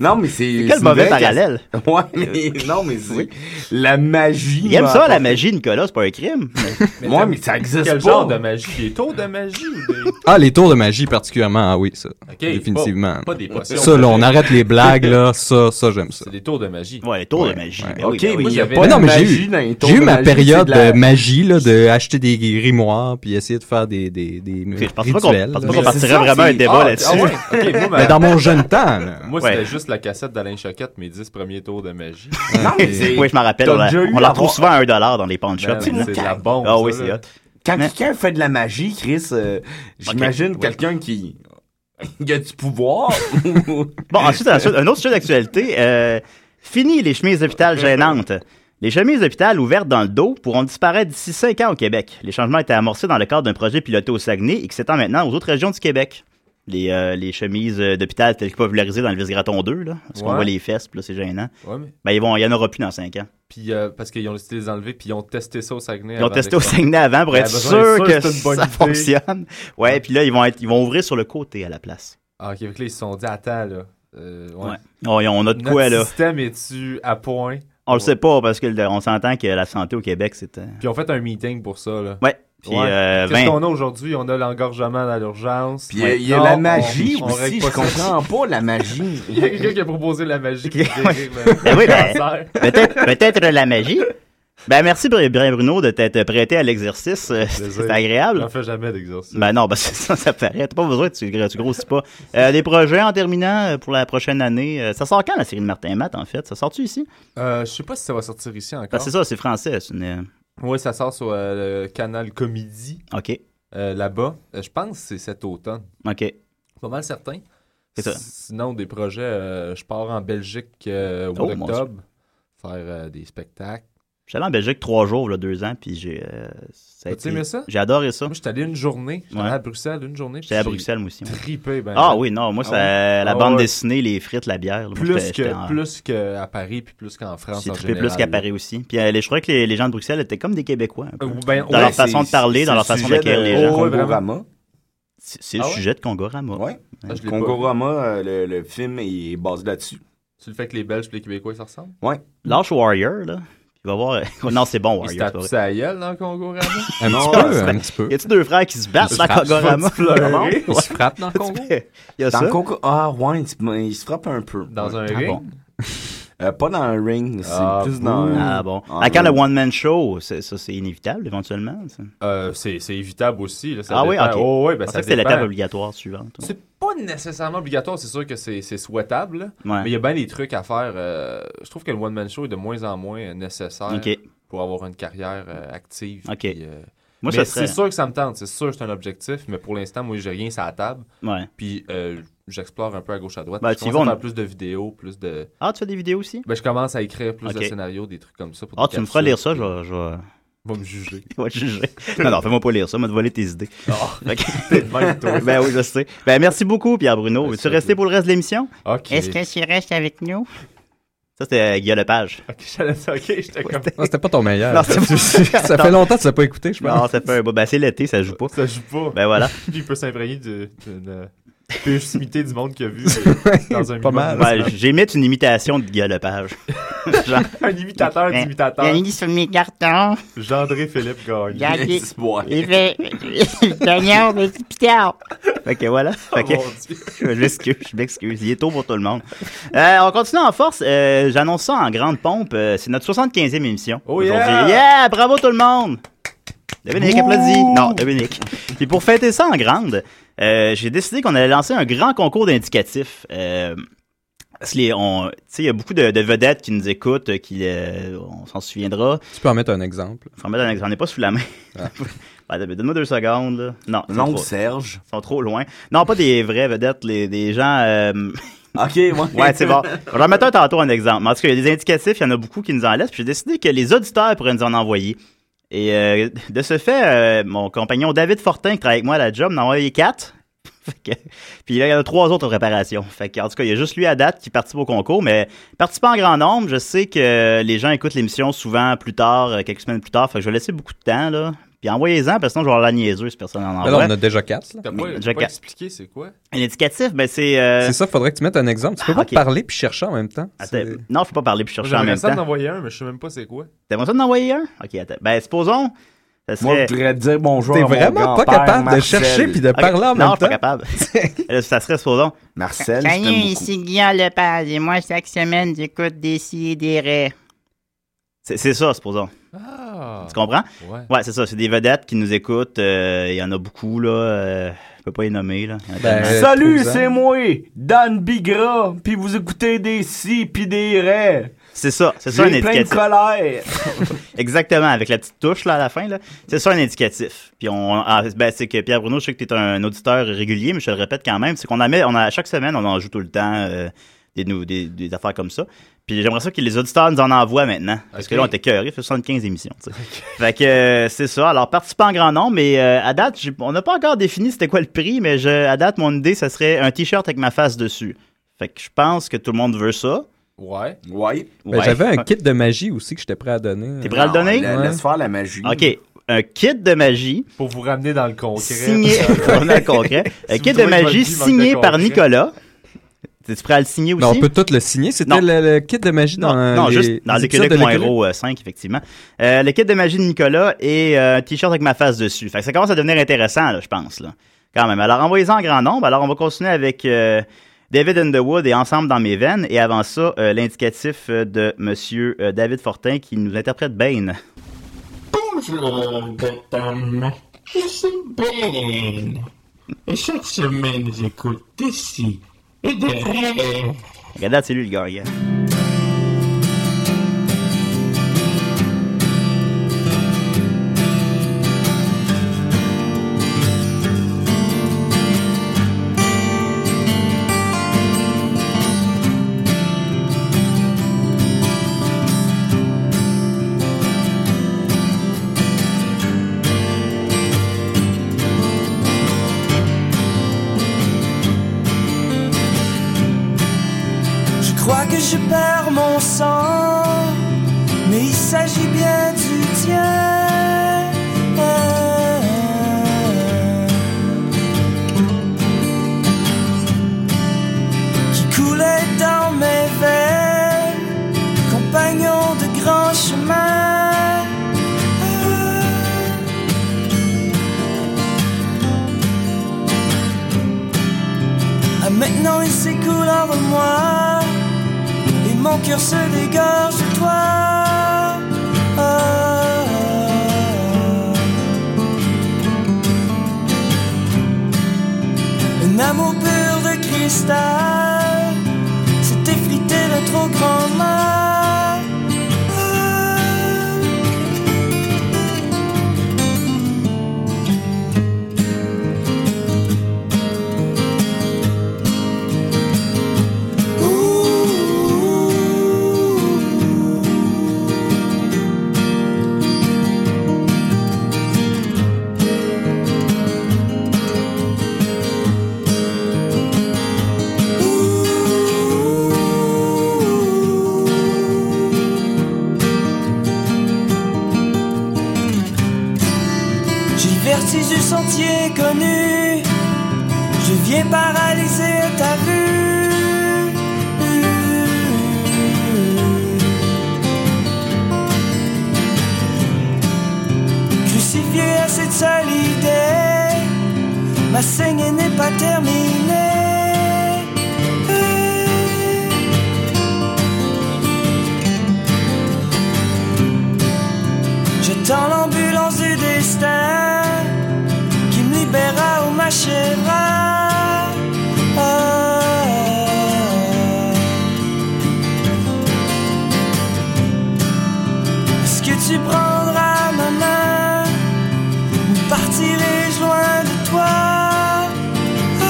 Speaker 8: non, mais c'est...
Speaker 5: Quel
Speaker 8: c'est vrai
Speaker 5: mauvais
Speaker 8: que-
Speaker 5: parallèle.
Speaker 8: Ouais, mais non, mais c'est... La magie
Speaker 5: Il aime
Speaker 8: m'a
Speaker 5: ça, la
Speaker 8: apporté-
Speaker 5: magie, Nicolas, c'est pas un crime.
Speaker 8: Ouais, mais ça existe pas.
Speaker 7: Quel genre de magie Des tours de magie ou des.
Speaker 9: Ah, les tours de magie particulièrement, ah oui, ça.
Speaker 7: Ok,
Speaker 9: Définitivement.
Speaker 7: Pas, pas des potions.
Speaker 9: Ça, là, on arrête les blagues, là. Ça, ça, j'aime ça.
Speaker 7: C'est des tours de magie.
Speaker 5: Ouais, les tours de
Speaker 9: Ouais,
Speaker 5: magie.
Speaker 9: ouais.
Speaker 5: Ben oui,
Speaker 8: Ok,
Speaker 5: ben oui.
Speaker 8: mais il y a
Speaker 7: Mais
Speaker 8: pas
Speaker 9: non,
Speaker 8: de
Speaker 9: mais j'ai
Speaker 8: magie
Speaker 9: eu-
Speaker 8: dans les tours
Speaker 9: J'ai eu
Speaker 8: de
Speaker 9: ma
Speaker 8: magie,
Speaker 9: période
Speaker 8: c'est de la-
Speaker 9: de magie, là, de acheter des grimoires, puis essayer de faire des, des, des
Speaker 5: Je pense pas qu'on-
Speaker 9: rituels.
Speaker 5: je pense
Speaker 9: là.
Speaker 5: pas qu'on
Speaker 8: Mais c'est
Speaker 5: partirait
Speaker 8: ça,
Speaker 5: vraiment un
Speaker 8: c'est-
Speaker 5: débat
Speaker 7: Ah,
Speaker 5: là-dessus.
Speaker 7: ah ouais, ok, moi, ma-
Speaker 9: Mais dans mon jeune temps, là.
Speaker 7: moi,
Speaker 5: Ouais.
Speaker 7: c'était juste la cassette d'Alain Choquette, mes 10 premiers tours de magie.
Speaker 8: Non, mais c'est...
Speaker 5: Oui, je m'en rappelle.
Speaker 8: T'as
Speaker 5: On la,
Speaker 8: déjà eu
Speaker 5: on la
Speaker 8: à
Speaker 5: retrouve
Speaker 8: voir-
Speaker 5: souvent à 1$ dollar dans les pawn shops.
Speaker 7: Ben,
Speaker 5: maintenant.
Speaker 7: c'est de la bombe.
Speaker 5: Ah oui,
Speaker 7: ça,
Speaker 5: c'est
Speaker 7: là.
Speaker 5: hot.
Speaker 8: Quand
Speaker 5: Mais-
Speaker 8: quelqu'un fait de la magie, Chris, euh, j'imagine quelqu'un qui... Il a du pouvoir.
Speaker 5: Bon, ensuite, ensuite, un autre sujet d'actualité. Euh, fini les chemises d'hôpital gênantes. Les chemises d'hôpital ouvertes dans le dos pourront disparaître d'ici 5 ans au Québec. Les changements étaient amorcés dans le cadre d'un projet piloté au Saguenay et qui s'étend maintenant aux autres régions du Québec. Les, euh, les chemises euh, d'hôpital telles que popularisées dans le Vice-Graton 2, là, parce qu'on
Speaker 7: Ouais.
Speaker 5: voit les fesses, puis là, c'est gênant.
Speaker 7: Ouais, mais-
Speaker 5: Ben, ils vont, il y en aura plus dans 5 ans.
Speaker 7: Puis, euh, parce qu'ils ont décidé de les enlever, puis ils ont testé ça au Saguenay.
Speaker 5: Ils ont
Speaker 7: avant
Speaker 5: testé au
Speaker 7: d'explorer.
Speaker 5: Saguenay avant pour
Speaker 7: Ben,
Speaker 5: être
Speaker 7: ben, c'est
Speaker 5: sûr
Speaker 7: sûr,
Speaker 5: que
Speaker 7: c'est une bonne
Speaker 5: ça
Speaker 7: idée.
Speaker 5: fonctionne. Ouais, puis là, ils vont, être, ils vont ouvrir sur le côté à la place.
Speaker 7: Ah, ok, fait que là, ils se sont dit, attends, là. euh, ouais.
Speaker 5: Ouais. On, on a de
Speaker 7: Notre
Speaker 5: quoi, là.
Speaker 7: système est-tu à point?
Speaker 5: On le sait pas, parce que le- on s'entend que la santé au Québec, c'est... euh,
Speaker 7: Puis, ils ont fait un meeting pour ça, là.
Speaker 5: Ouais. Puis,
Speaker 7: Ouais.
Speaker 5: euh,
Speaker 7: Qu'est-ce
Speaker 5: 20
Speaker 7: qu'on a aujourd'hui? On a l'engorgement dans l'urgence.
Speaker 8: Puis euh, il y a
Speaker 7: Non,
Speaker 8: la
Speaker 7: on-
Speaker 8: magie
Speaker 7: on
Speaker 8: aussi,
Speaker 7: règle
Speaker 8: je
Speaker 7: pas ça.
Speaker 8: comprends pas la magie.
Speaker 7: Il y a quelqu'un qui a proposé la magie pour
Speaker 5: Ouais.
Speaker 7: guérir le
Speaker 5: Ben oui, ben-
Speaker 7: cancer.
Speaker 5: Peut-être peut-être la magie. Ben, merci, Br- Brian Bruno, de t'être prêté à l'exercice. Euh,
Speaker 7: Plaisir.
Speaker 5: C'est agréable.
Speaker 7: J'en fais jamais d'exercice.
Speaker 5: Ben non, ben c'est ça, ça paraît. T'as pas besoin, tu, tu grossis pas. Euh, des projets en terminant euh, pour la prochaine année. euh, ça sort quand la série de Martin Matt, en fait? Ça sort-tu ici?
Speaker 7: Euh, je sais pas si ça va sortir ici encore.
Speaker 5: Ben, c'est ça, c'est français. c'est une, euh,
Speaker 7: Oui, ça sort sur euh, le canal Comédie,
Speaker 5: OK,
Speaker 7: euh, là-bas. Euh, je pense que c'est cet automne.
Speaker 5: OK.
Speaker 7: Pas mal certain.
Speaker 5: C'est ça.
Speaker 7: Sinon, des projets, euh, je pars en Belgique euh, au
Speaker 5: Oh,
Speaker 7: mois
Speaker 5: mon
Speaker 7: d'octobre faire euh, des spectacles.
Speaker 5: J'étais allé en Belgique trois jours, là, deux ans, puis j'ai... euh, ça a
Speaker 7: As-tu
Speaker 5: été-
Speaker 7: aimé ça?
Speaker 5: J'ai adoré ça.
Speaker 7: Moi, j'étais allé une journée. J'étais
Speaker 5: Ouais.
Speaker 7: allé à Bruxelles une journée. puis
Speaker 5: J'étais à
Speaker 7: j'ai
Speaker 5: Bruxelles, moi aussi. moi.
Speaker 7: Trippé, ben.
Speaker 5: Ah
Speaker 7: ben,
Speaker 5: oui, non, moi,
Speaker 7: Ah
Speaker 5: ça,
Speaker 7: oui?
Speaker 5: la
Speaker 7: Ah
Speaker 5: bande
Speaker 7: ouais.
Speaker 5: dessinée, les frites, la bière. là, moi,
Speaker 7: Plus
Speaker 5: j'étais- j'étais
Speaker 7: que
Speaker 5: en-
Speaker 7: plus qu'à Paris, puis plus qu'en France.
Speaker 5: J'ai
Speaker 7: en
Speaker 5: trippé
Speaker 7: général,
Speaker 5: plus qu'à
Speaker 7: là.
Speaker 5: Paris aussi. Puis euh, les- je crois que les, les gens de Bruxelles étaient comme des Québécois. un peu.
Speaker 7: Euh, ben,
Speaker 5: Dans
Speaker 7: ouais,
Speaker 5: leur façon de
Speaker 8: c'est-
Speaker 5: parler,
Speaker 8: c'est
Speaker 5: dans
Speaker 8: le
Speaker 5: leur façon
Speaker 8: sujet
Speaker 5: d'accueillir
Speaker 8: de
Speaker 5: les gens.
Speaker 7: Oh, ouais,
Speaker 8: Kongorama.
Speaker 5: C'est c'est le
Speaker 7: Ah ouais?
Speaker 5: sujet de Kongorama.
Speaker 8: Ouais.
Speaker 7: Ah, je l'ai pas.
Speaker 8: Kongorama, euh, le, le film est basé là-dessus.
Speaker 7: Tu le fais que les Belges et les Québécois, ça ressemble?
Speaker 5: Lâche Warrior, là. Il va voir. non, c'est bon,
Speaker 7: Ils se
Speaker 5: Warrior. c'est Oh, pas
Speaker 7: tapent
Speaker 5: vrai.
Speaker 7: sa gueule dans le Congo Rama?
Speaker 9: Un petit
Speaker 5: Ah,
Speaker 9: peu,
Speaker 5: c'est-
Speaker 9: un petit peu.
Speaker 5: Y a-tu deux frères qui se battent
Speaker 9: Ils se
Speaker 5: dans
Speaker 9: frappent,
Speaker 5: Kongorama?
Speaker 8: Comment?
Speaker 9: Il se frappe dans le Congo.
Speaker 5: Il y a
Speaker 8: Dans
Speaker 5: ça.
Speaker 8: Congo- Ah, ouais, il se- il se frappe un peu.
Speaker 7: Dans un
Speaker 5: Ah,
Speaker 7: ring?
Speaker 5: bon.
Speaker 8: Euh, pas dans un ring, c'est
Speaker 7: Ah,
Speaker 8: plus dans un.
Speaker 5: Ah bon.
Speaker 8: Ah,
Speaker 5: Ah, quand
Speaker 8: oui.
Speaker 5: le one-man show, c'est- ça, c'est inévitable, éventuellement. ça.
Speaker 7: Euh, c'est c'est évitable aussi. Là, ça
Speaker 5: Ah oui,
Speaker 7: dépend.
Speaker 5: ok.
Speaker 7: Oh, oui, ben,
Speaker 5: Je pensais
Speaker 7: ça
Speaker 5: que c'était
Speaker 7: dépend.
Speaker 5: l'étape obligatoire suivante.
Speaker 7: C'est pas nécessairement obligatoire, c'est sûr que c'est c'est souhaitable, là.
Speaker 5: Ouais.
Speaker 7: mais il y a bien des trucs à faire. euh, je trouve que le one-man show est de moins en moins euh, nécessaire
Speaker 5: Ok.
Speaker 7: pour avoir une carrière euh, active.
Speaker 5: Ok.
Speaker 7: puis, euh,
Speaker 5: Moi,
Speaker 7: mais
Speaker 5: ça serait.
Speaker 7: C'est sûr que ça me tente, c'est sûr que c'est un objectif, mais pour l'instant, moi, j'ai rien sur la table,
Speaker 5: Ouais.
Speaker 7: puis euh, j'explore un peu à gauche à droite.
Speaker 5: Ben,
Speaker 7: je
Speaker 5: tu y
Speaker 7: commence
Speaker 5: vas,
Speaker 7: à
Speaker 5: on-
Speaker 7: faire plus de vidéos, plus de...
Speaker 5: Ah, tu fais des vidéos aussi?
Speaker 7: Ben, je commence à écrire plus
Speaker 5: Ok.
Speaker 7: de scénarios, des trucs comme ça. Pour
Speaker 5: Ah,
Speaker 7: des
Speaker 5: tu me feras
Speaker 7: capsules.
Speaker 5: lire ça, je vais- je vais.
Speaker 7: Va me juger. Ah,
Speaker 5: Il va te juger. Non, non, fais-moi pas lire ça, m'a volé tes idées. Fait que-
Speaker 7: Même toi.
Speaker 5: ben oui, je sais. Ben merci beaucoup, Pierre Bruno. Veux-tu
Speaker 7: ça,
Speaker 5: rester
Speaker 7: oui.
Speaker 5: pour le reste de l'émission?
Speaker 7: Ok.
Speaker 5: tu restes avec nous? Ça, c'était euh, Guillaume Lepage.
Speaker 7: Ok, j'allais dire, ok, j'étais comme...
Speaker 9: Non, Ah, c'était pas ton meilleur.
Speaker 5: Non, c'est-
Speaker 9: ça fait longtemps que tu l'as pas écouté, je pense.
Speaker 5: Non, ça fait un bout. Ben, c'est l'été, ça joue pas.
Speaker 7: Ça joue pas.
Speaker 5: Ben voilà.
Speaker 7: Puis il peut s'imprégner de- d'une proximité du monde qu'il a vu euh, dans un
Speaker 9: Pas
Speaker 7: minimum.
Speaker 9: mal.
Speaker 5: Ben, j'émite une imitation de Guillaume Lepage. Genre,
Speaker 7: Un imitateur
Speaker 5: Ben,
Speaker 7: d'imitateur.
Speaker 5: sur mes cartons.
Speaker 7: Gendré Philippe Gagné.
Speaker 8: Espoir.
Speaker 5: fait gagnant de Picard. Fait que voilà.
Speaker 7: Oh,
Speaker 5: Fait que- je m'excuse, je m'excuse. Il est tôt pour tout le monde. Euh, on continue en force. Euh, J'annonce ça en grande pompe. Euh, c'est notre 75e émission.
Speaker 7: Oh yeah!
Speaker 5: aujourd'hui. Yeah! Bravo tout le monde! Dominique applaudit. Non, Dominique. Puis pour fêter ça en grande, euh, j'ai décidé qu'on allait lancer un grand concours d'indicatifs. Euh, parce que les- on- tu sais, il y a beaucoup de, de vedettes qui nous écoutent, euh, qui, euh, on s'en souviendra.
Speaker 9: Tu peux en mettre un exemple. Ah.
Speaker 5: Faut en mettre un exemple. On n'est pas sous la main. Ben, Donne-moi deux secondes. là. Non, ils sont
Speaker 8: L'oncle
Speaker 5: trop-
Speaker 8: Serge.
Speaker 5: ils sont trop loin. Non, pas des vraies vedettes, les- des gens euh,
Speaker 8: Ok, ouais.
Speaker 5: Ouais, c'est bon. Je vais en mettre un tantôt un exemple. En tout cas, il y a des indicatifs, il y en a beaucoup qui nous en laissent. Puis j'ai décidé que les auditeurs pourraient nous en envoyer. Et euh, de ce fait, euh, mon compagnon David Fortin, qui travaille avec moi à la job, m'a envoyé quatre. Fait que- Puis là, il y en a trois autres en préparation. Fait que, en tout cas, il y a juste lui à date qui participe au concours, mais participant en grand nombre, je sais que les gens écoutent l'émission souvent plus tard, euh, quelques semaines plus tard. Fait que je vais laisser beaucoup de temps, là. Puis envoyez-en, parce que sinon, je vais avoir la niaiseuse si personne en
Speaker 9: Alors,
Speaker 5: envoie.
Speaker 9: Ah on a déjà quatre. là.
Speaker 7: T'as
Speaker 5: Mais
Speaker 7: pas,
Speaker 5: je
Speaker 7: t'as
Speaker 5: ca-
Speaker 7: pas expliqué c'est quoi?
Speaker 5: L'indicatif, ben, c'est. euh,
Speaker 9: C'est ça, faudrait que tu mettes un exemple. Tu peux
Speaker 5: Ah,
Speaker 9: pas
Speaker 5: ok.
Speaker 9: parler puis chercher en même temps.
Speaker 5: attends,
Speaker 9: C'est-
Speaker 5: non, faut pas parler puis chercher en
Speaker 7: J'aimerais
Speaker 5: même
Speaker 7: ça
Speaker 5: temps.
Speaker 7: d'envoyer un, mais je sais même pas c'est quoi.
Speaker 5: T'aimerais ça d'en envoyer un? Ok, attends. Ben, supposons. Ça
Speaker 8: Moi,
Speaker 5: serait.
Speaker 8: je voudrais dire bonjour.
Speaker 9: T'es
Speaker 8: à mon
Speaker 9: vraiment pas
Speaker 8: grand-père,
Speaker 9: capable de
Speaker 8: Marcel.
Speaker 9: chercher puis de
Speaker 5: Ok,
Speaker 9: parler en
Speaker 5: non,
Speaker 9: même
Speaker 5: je suis pas
Speaker 9: temps.
Speaker 5: capable. Euh, ça serait supposons.
Speaker 8: Marcel, je t'aime beaucoup.
Speaker 10: Guillaume Lepage et moi, chaque semaine, j'écoute des et des raies.
Speaker 5: C'est c'est ça, supposons.
Speaker 7: Ah!
Speaker 5: Tu comprends?
Speaker 7: Ouais.
Speaker 5: Ouais, c'est ça. C'est des vedettes qui nous écoutent. euh, Il y en a beaucoup, là. euh, je peux pas les nommer, là. Il y en a
Speaker 9: Ben,
Speaker 5: tellement.
Speaker 9: Euh,
Speaker 8: Salut,
Speaker 9: trouve-en.
Speaker 8: c'est moi, Dan Bigra, puis vous écoutez des si puis des raies.
Speaker 5: C'est ça. C'est ça, un
Speaker 8: J'ai plein de
Speaker 5: indicatif.
Speaker 8: colère.
Speaker 5: Exactement, avec la petite touche, là, à la fin, là. C'est ça, un indicatif. Puis on. ah, ben, c'est que Pierre Bruno, je sais que t'es un auditeur régulier, mais je te le répète quand même. C'est qu'on en met. On a, chaque semaine, on en joue tout le temps. euh, des, nou- des, des affaires comme ça. Puis j'aimerais ça que les auditeurs nous en envoient maintenant. Parce que
Speaker 7: Ok.
Speaker 5: là, on était cœurés, fait 75 émissions. tu sais. Fait que euh, c'est ça. Alors, participant en grand nombre, mais euh, à date, j'ai- on n'a pas encore défini c'était quoi le prix, mais je, à date, mon idée, ça serait un t-shirt avec ma face dessus. Fait que je pense que tout le monde veut ça.
Speaker 7: Ouais.
Speaker 8: Ouais.
Speaker 9: Ben,
Speaker 5: Ouais.
Speaker 9: J'avais un kit de magie aussi que j'étais prêt à donner.
Speaker 5: T'es prêt à le donner?
Speaker 8: la-
Speaker 9: Ouais.
Speaker 8: Laisse faire la magie.
Speaker 5: OK. Un kit de magie
Speaker 7: Pour vous ramener dans le concret.
Speaker 5: signé. on a le concret. Un
Speaker 7: Si
Speaker 5: kit
Speaker 7: vous trouvez que
Speaker 5: de
Speaker 7: votre
Speaker 5: magie
Speaker 7: vie manque de
Speaker 5: signé par
Speaker 7: concret.
Speaker 5: Nicolas. T'es-tu prêt à le signer aussi?
Speaker 9: Non, on peut tout le signer.
Speaker 5: Non.
Speaker 9: C'était le, le kit de magie dans
Speaker 5: non, non,
Speaker 9: les,
Speaker 5: juste dans
Speaker 9: les
Speaker 5: le
Speaker 9: épisodes de l'école.
Speaker 5: 5, effectivement. Euh, le kit de magie de Nicolas et euh, un t-shirt avec ma face dessus. Fait que ça commence à devenir intéressant, là, je pense, là. Quand même. Alors, envoyez-en en grand nombre. Alors, on va continuer avec euh, David and the Wood et Ensemble dans mes veines. Et avant ça, euh, l'indicatif euh, de Monsieur euh, David Fortin qui nous interprète Bane.
Speaker 11: Bonjour, Gotham. Je suis Ben. Et chaque semaine, j'écoute d'ici et derrière.
Speaker 5: Regardez, c'est lui le gagnant.
Speaker 12: Je crois que je perds mon sang, mais il s'agit bien du tien. Qui coulait dans mes veines, compagnon de grand chemin. Ah, Maintenant il s'écoule en moi et mon cœur se dégorge de toi. Ah, ah, ah. Un amour pur de cristal s'est effrité de trop grand mal. Ah. J'ai le vertige du sentier connu. Je viens paralyser ta vue. Crucifié à cette seule idée, ma saignée n'est pas terminée. J'attends l'ambulance du destin qui me libérera ou m'achèvera. Ah, ah, ah. Est-ce que tu prendras ma main ou partirai-je loin de toi? Ah.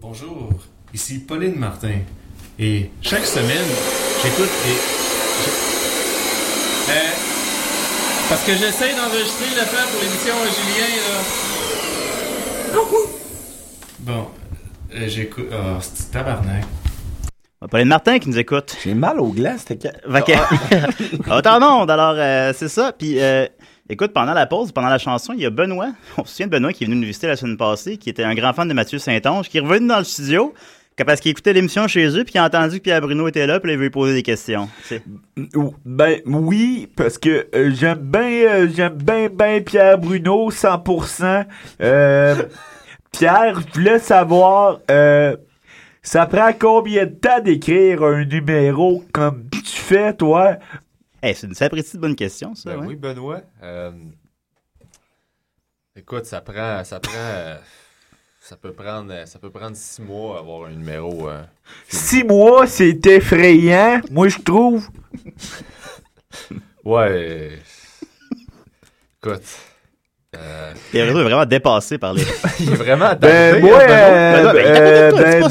Speaker 13: Bonjour, ici Pauline Martin. Et chaque semaine, j'écoute et. je- Euh, parce que j'essaie d'enregistrer le faire pour l'émission à Julien, là. Bon, euh, j'écoute. Oh, c'est tabarnak.
Speaker 5: Pauline Martin qui nous écoute.
Speaker 8: J'ai mal aux glaces, Ah, c'était
Speaker 5: Autant monde, alors euh, c'est ça. Puis euh, écoute, pendant la pause, pendant la chanson, il y a Benoît. On se souvient de Benoît qui est venu nous visiter la semaine passée, qui était un grand fan de Mathieu Saint-Onge, qui est revenu dans le studio. Que- Parce qu'il écoutait l'émission chez eux, puis il a entendu que Pierre Bruno était là, puis là, il veut lui poser des questions. tu sais.
Speaker 8: Ou- Ben oui, parce que euh, j'aime bien euh, j'aime bien ben Pierre Bruno 100%. Euh, Pierre, je voulais savoir euh, ça prend combien de temps d'écrire un numéro comme tu fais toi
Speaker 5: Eh, c'est une apprécie de bonne question ça. hein?
Speaker 7: Ben oui, Benoît. Euh, Écoute, ça prend. Ça prend. euh, Ça peut prendre, euh, ça peut prendre six mois à avoir un numéro. euh.
Speaker 8: Six mois, c'est effrayant, moi je trouve.
Speaker 7: Ouais. Écoute. euh,
Speaker 5: Pierre Bruno est vraiment dépassé par les.
Speaker 7: il est vraiment
Speaker 8: Ben
Speaker 7: attardé,
Speaker 8: moi,
Speaker 7: hein, Benoît.
Speaker 8: euh,
Speaker 7: Ben,
Speaker 8: euh, ben,
Speaker 7: attends, toi,
Speaker 8: ben,
Speaker 7: c'est pas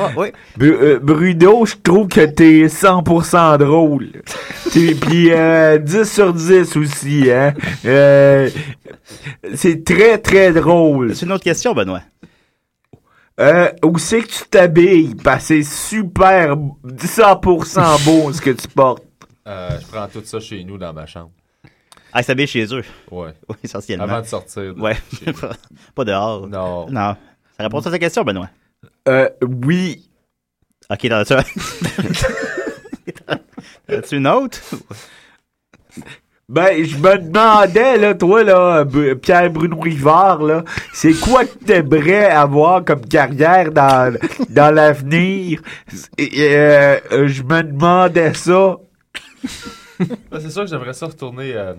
Speaker 7: ça.
Speaker 8: euh,
Speaker 7: Ouais.
Speaker 8: Bru- euh, Bruno, je trouve que t'es 100% drôle. T'es- Puis euh, 10 sur 10 aussi, hein. Euh, c'est très, très drôle. C'est
Speaker 5: une autre question, Benoît.
Speaker 8: Euh, où c'est que tu t'habilles? Parce que c'est super 100% beau ce que tu portes.
Speaker 7: Euh, je prends tout ça chez nous dans ma chambre.
Speaker 5: Ah, ils s'habillent chez eux.
Speaker 7: Ouais.
Speaker 5: Oui, essentiellement.
Speaker 7: Avant de sortir de
Speaker 5: Ouais.
Speaker 7: chez eux.
Speaker 5: pas dehors.
Speaker 7: Non.
Speaker 5: Non. Ça répond à ta question, Benoît.
Speaker 8: Euh, oui.
Speaker 5: Ok, dans ça. As-tu une autre?
Speaker 8: Ben, je me demandais, là, toi, là, B- Pierre-Bruno Rivard, là, c'est quoi que t'aimerais avoir comme carrière dans, dans l'avenir? Et, euh, euh, je me demandais ça.
Speaker 7: Ben, c'est sûr que j'aimerais ça retourner euh,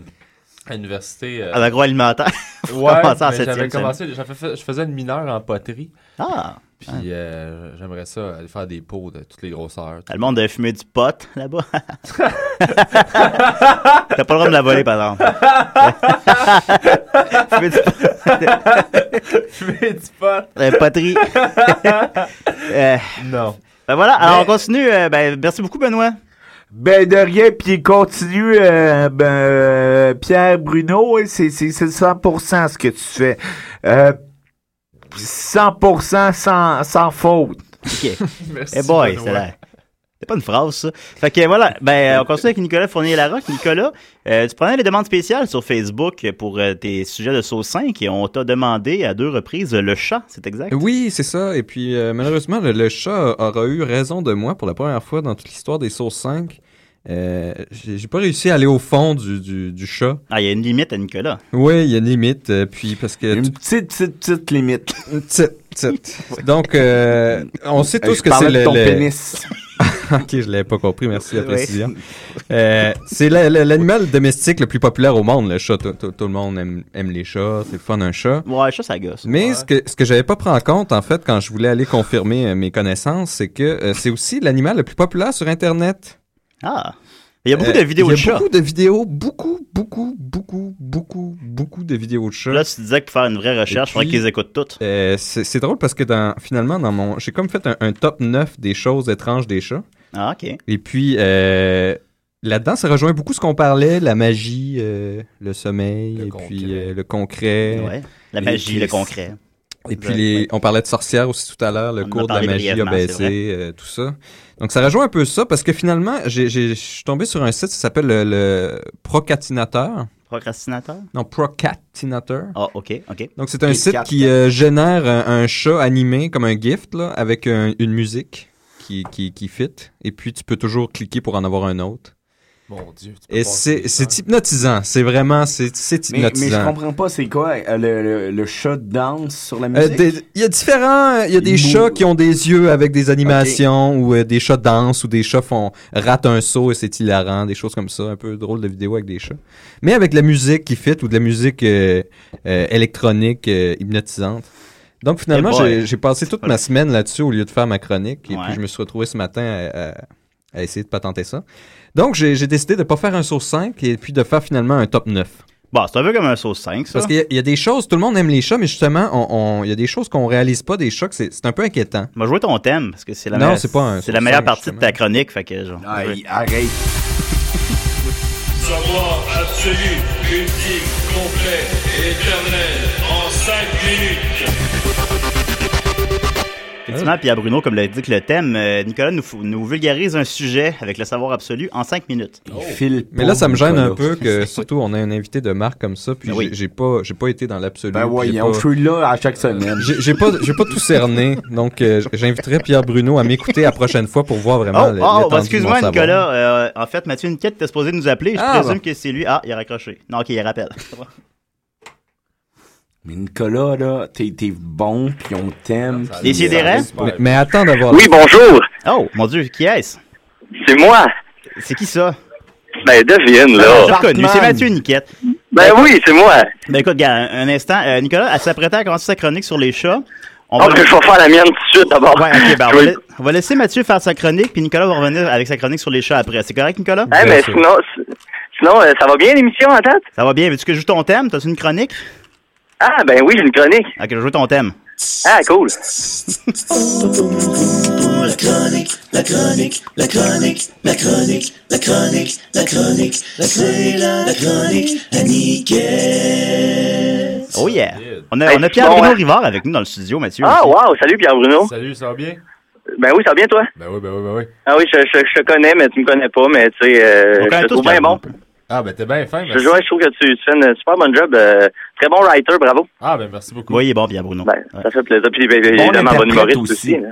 Speaker 7: à l'université. euh,
Speaker 5: À l'agroalimentaire. Faut
Speaker 7: ouais,
Speaker 5: commencer en
Speaker 7: mais
Speaker 5: septième,
Speaker 7: j'avais
Speaker 5: ça.
Speaker 7: commencé, j'avais fait- je faisais une mineure en poterie.
Speaker 5: Ah!
Speaker 7: Puis euh, j'aimerais ça aller faire des pots de toutes les grosseurs.
Speaker 5: Tout Ah, le monde a fumé du pot là-bas. T'as pas le droit de la voler, par exemple. Fumer du pot.
Speaker 7: Fumer du pot.
Speaker 5: Euh, poterie. Euh,
Speaker 7: non.
Speaker 5: Ben voilà, alors on continue. euh, ben, merci beaucoup, Benoît.
Speaker 8: Ben, de rien, puis continue, euh, ben, euh, Pierre-Bruno, hein, c'est c'est- c'est 100% ce que tu fais. Euh, 100% sans, sans faute.
Speaker 5: OK.
Speaker 7: Merci,
Speaker 5: Eh boy,
Speaker 8: Benoît.
Speaker 5: c'est la- C'est pas une phrase, ça. Fait que voilà, ben, on continue avec Nicolas Fournier-Larocque. Nicolas, euh, tu prenais les demandes spéciales sur Facebook pour euh, tes sujets de sauce 5 et on t'a demandé à deux reprises euh, le chat, c'est exact?
Speaker 9: Oui, c'est ça. Et puis, euh, malheureusement, le, le chat aura eu raison de moi pour la première fois dans toute l'histoire des sauces 5. Euh, j'ai j'ai pas réussi à aller au fond du, du- du chat.
Speaker 5: Ah, il y a une limite à Nicolas.
Speaker 9: Oui, il y a une limite. euh, puis parce que une
Speaker 8: petite, petite, petite limite.
Speaker 9: Une petite, petite. Donc, euh, on sait
Speaker 8: Euh,
Speaker 9: tous
Speaker 8: je
Speaker 9: que
Speaker 8: parlais
Speaker 9: c'est
Speaker 8: de
Speaker 9: le...
Speaker 8: ton
Speaker 9: le-
Speaker 8: pénis.
Speaker 9: ok, je l'avais pas compris, merci de la
Speaker 8: Oui.
Speaker 9: précision. Euh, c'est la- la- l'animal domestique le plus populaire au monde, le chat. Tout, tout- tout le monde aime, aime les chats, c'est le fun un chat.
Speaker 5: Ouais, chat, ça gosse.
Speaker 9: Mais ce que, ce que j'avais pas pris en compte, en fait, quand je voulais aller confirmer euh, mes connaissances, c'est que euh, c'est aussi l'animal le plus populaire sur Internet. Euh,
Speaker 5: Ah! Il y a beaucoup de vidéos
Speaker 9: il y a
Speaker 5: de chats.
Speaker 9: beaucoup de vidéos, beaucoup, beaucoup, beaucoup, beaucoup, beaucoup de vidéos de chats. euh,
Speaker 5: Là, si tu disais que pour faire une vraie recherche, il faudrait qu'ils écoutent toutes.
Speaker 9: c'est c'est drôle parce que dans, finalement, dans mon, j'ai comme fait un, un top 9 des choses étranges des chats.
Speaker 5: Ah, ok.
Speaker 9: Et puis, euh, là-dedans, ça rejoint beaucoup ce qu'on parlait, la magie, euh, le sommeil, et puis euh, le concret.
Speaker 5: Ouais, la
Speaker 9: Et
Speaker 5: magie,
Speaker 9: puis-
Speaker 5: le concret.
Speaker 9: Et puis, les- on parlait de sorcières aussi tout à l'heure, le
Speaker 5: On en a
Speaker 9: cours de la
Speaker 5: parlé
Speaker 9: magie a
Speaker 5: brièvement, c'est
Speaker 9: baissé, euh, tout ça. Donc, ça rejoint un peu ça, parce que finalement, j'ai- j'ai- je suis tombé sur un site, ça s'appelle le, le Procatinateur.
Speaker 5: Procrastinateur?
Speaker 9: Non, Procatinator.
Speaker 5: Ah, ok, ok.
Speaker 9: Donc, c'est un site qui euh, génère un, un chat animé comme un gift, là, avec un- une musique qui, qui, qui fit. Et puis, tu peux toujours cliquer pour en avoir un autre.
Speaker 7: Mon Dieu. tu peux
Speaker 9: Et
Speaker 7: passer
Speaker 9: c'est
Speaker 7: des
Speaker 9: c'est hypnotisant. C'est vraiment, c'est c'est
Speaker 8: Mais, mais je
Speaker 9: hypnotisant.
Speaker 8: comprends pas, c'est quoi euh, le, le, le chat de danse sur la
Speaker 9: Euh,
Speaker 8: musique?
Speaker 9: des- Il y a différents, il y a des
Speaker 8: Mou-
Speaker 9: chats qui ont des yeux avec des animations ou euh, des chats dansent ou des chats font ratent un saut et c'est hilarant, des choses comme ça, un peu drôle de vidéo avec des chats. Mais avec de la musique qui fit ou de la musique euh, euh, électronique euh, hypnotisante. Donc finalement,
Speaker 8: Eh boy.
Speaker 9: j'ai j'ai passé toute ma semaine là-dessus au lieu de faire ma chronique et
Speaker 8: Ouais.
Speaker 9: puis je me suis retrouvé ce matin à, à- à essayer de patenter ça. Donc j'ai j'ai décidé de pas faire un saut 5 et puis de faire finalement un top 9.
Speaker 5: Bon, Bah, c'est un peu comme un sauce 5, ça.
Speaker 9: Parce qu'il y a- il y, a des choses, tout le monde aime les chats, mais justement, on- on- il y a des choses qu'on réalise pas des chats, que c'est c'est un peu inquiétant.
Speaker 5: Moi, jouer ton thème, parce que c'est la
Speaker 9: Non,
Speaker 5: meilleure,
Speaker 9: c'est pas un
Speaker 5: c'est la
Speaker 9: sauce
Speaker 5: meilleure
Speaker 9: cinq,
Speaker 5: partie de ta chronique, fait que genre.
Speaker 8: Aïe, arrête.
Speaker 6: Savoir absolu, ultime, complet et éternel en 5 minutes.
Speaker 5: Effectivement, Pierre Bruno, comme l'a dit que le thème, euh, Nicolas nous, fou- nous vulgarise un sujet avec le savoir absolu en cinq minutes.
Speaker 9: Mais là, ça me gêne un peu que, surtout, on a un invité de marque comme ça, puis
Speaker 5: Ben oui.
Speaker 9: j'ai- j'ai pas, j'ai pas été dans l'absolu.
Speaker 8: Ben
Speaker 9: puis j'ai
Speaker 8: voyons,
Speaker 9: pas-
Speaker 8: je suis là à chaque semaine.
Speaker 9: J'ai j'ai pas, j'ai pas tout cerné, donc euh, j'inviterai Pierre Bruno à m'écouter la prochaine fois pour voir
Speaker 5: Oh,
Speaker 9: vraiment le-
Speaker 5: oh,
Speaker 9: l'étendue de mon
Speaker 5: excuse-moi
Speaker 9: savoir.
Speaker 5: Nicolas, euh, en fait Mathieu Niquette était supposé nous appeler, je
Speaker 8: Ah,
Speaker 5: présume
Speaker 8: bon.
Speaker 5: que c'est lui. Ah, il a raccroché. Non, ok, il rappelle.
Speaker 8: Mais Nicolas, là, t'es t'es bon, puis on t'aime. puis- euh,
Speaker 5: Décidérez?
Speaker 9: Mais, mais attends d'avoir.
Speaker 5: Oui, bonjour. Oh, mon Dieu, qui est-ce? C'est moi. C'est qui ça?
Speaker 14: Ben, devine, là.
Speaker 5: Ah, J'ai reconnu, c'est Mathieu Niquette.
Speaker 14: Ben oui, c'est moi.
Speaker 5: Ben écoute, gars, un, un instant, Euh, Nicolas, elle s'apprêtait à commencer sa chronique sur les chats. On
Speaker 14: Ah, parce que je vais faire la mienne tout de suite d'abord.
Speaker 5: Ouais, ok, ben, on,
Speaker 14: Je
Speaker 5: va
Speaker 14: vais-
Speaker 5: la- on va laisser Mathieu faire sa chronique, puis Nicolas va revenir avec sa chronique sur les chats après. C'est correct, Nicolas?
Speaker 14: Eh, mais sinon, si- sinon euh, ça va bien l'émission en tête?
Speaker 5: Ça va bien, veux-tu que je joue ton thème? T'as-tu une chronique?
Speaker 14: Ah, ben oui, j'ai une chronique.
Speaker 5: Ok, je joue ton thème.
Speaker 14: Ah, cool.
Speaker 12: La chronique, la chronique, la chronique, la chronique, la chronique, la chronique, la chronique, la chronique, la
Speaker 5: Oh yeah! On a,
Speaker 14: Hey,
Speaker 5: on a Pierre
Speaker 14: bon,
Speaker 5: Bruno
Speaker 14: hein.
Speaker 5: Rivard avec nous dans le studio, Mathieu.
Speaker 14: Ah,
Speaker 5: aussi.
Speaker 14: wow, salut Pierre-Bruno.
Speaker 7: Salut, ça va bien?
Speaker 14: Ben oui, ça va bien toi?
Speaker 7: Ben oui, ben oui, ben oui.
Speaker 14: Ah oui, je, je, je te connais, mais tu me connais pas, mais tu sais, euh, je te trouve bien bon.
Speaker 7: Ah, ben t'es bien fin,
Speaker 14: Je,
Speaker 7: merci.
Speaker 14: ouais, je trouve que tu, tu fais une super bonne job. euh, très bon writer, bravo.
Speaker 7: Ah, ben merci beaucoup.
Speaker 5: Oui, il est bon, Pierre Bruno.
Speaker 14: Ben, ça fait plaisir. Puis, ben, ben,
Speaker 7: Bon
Speaker 14: évidemment, bon
Speaker 7: interprète
Speaker 14: humoriste
Speaker 7: aussi.
Speaker 14: aussi. là.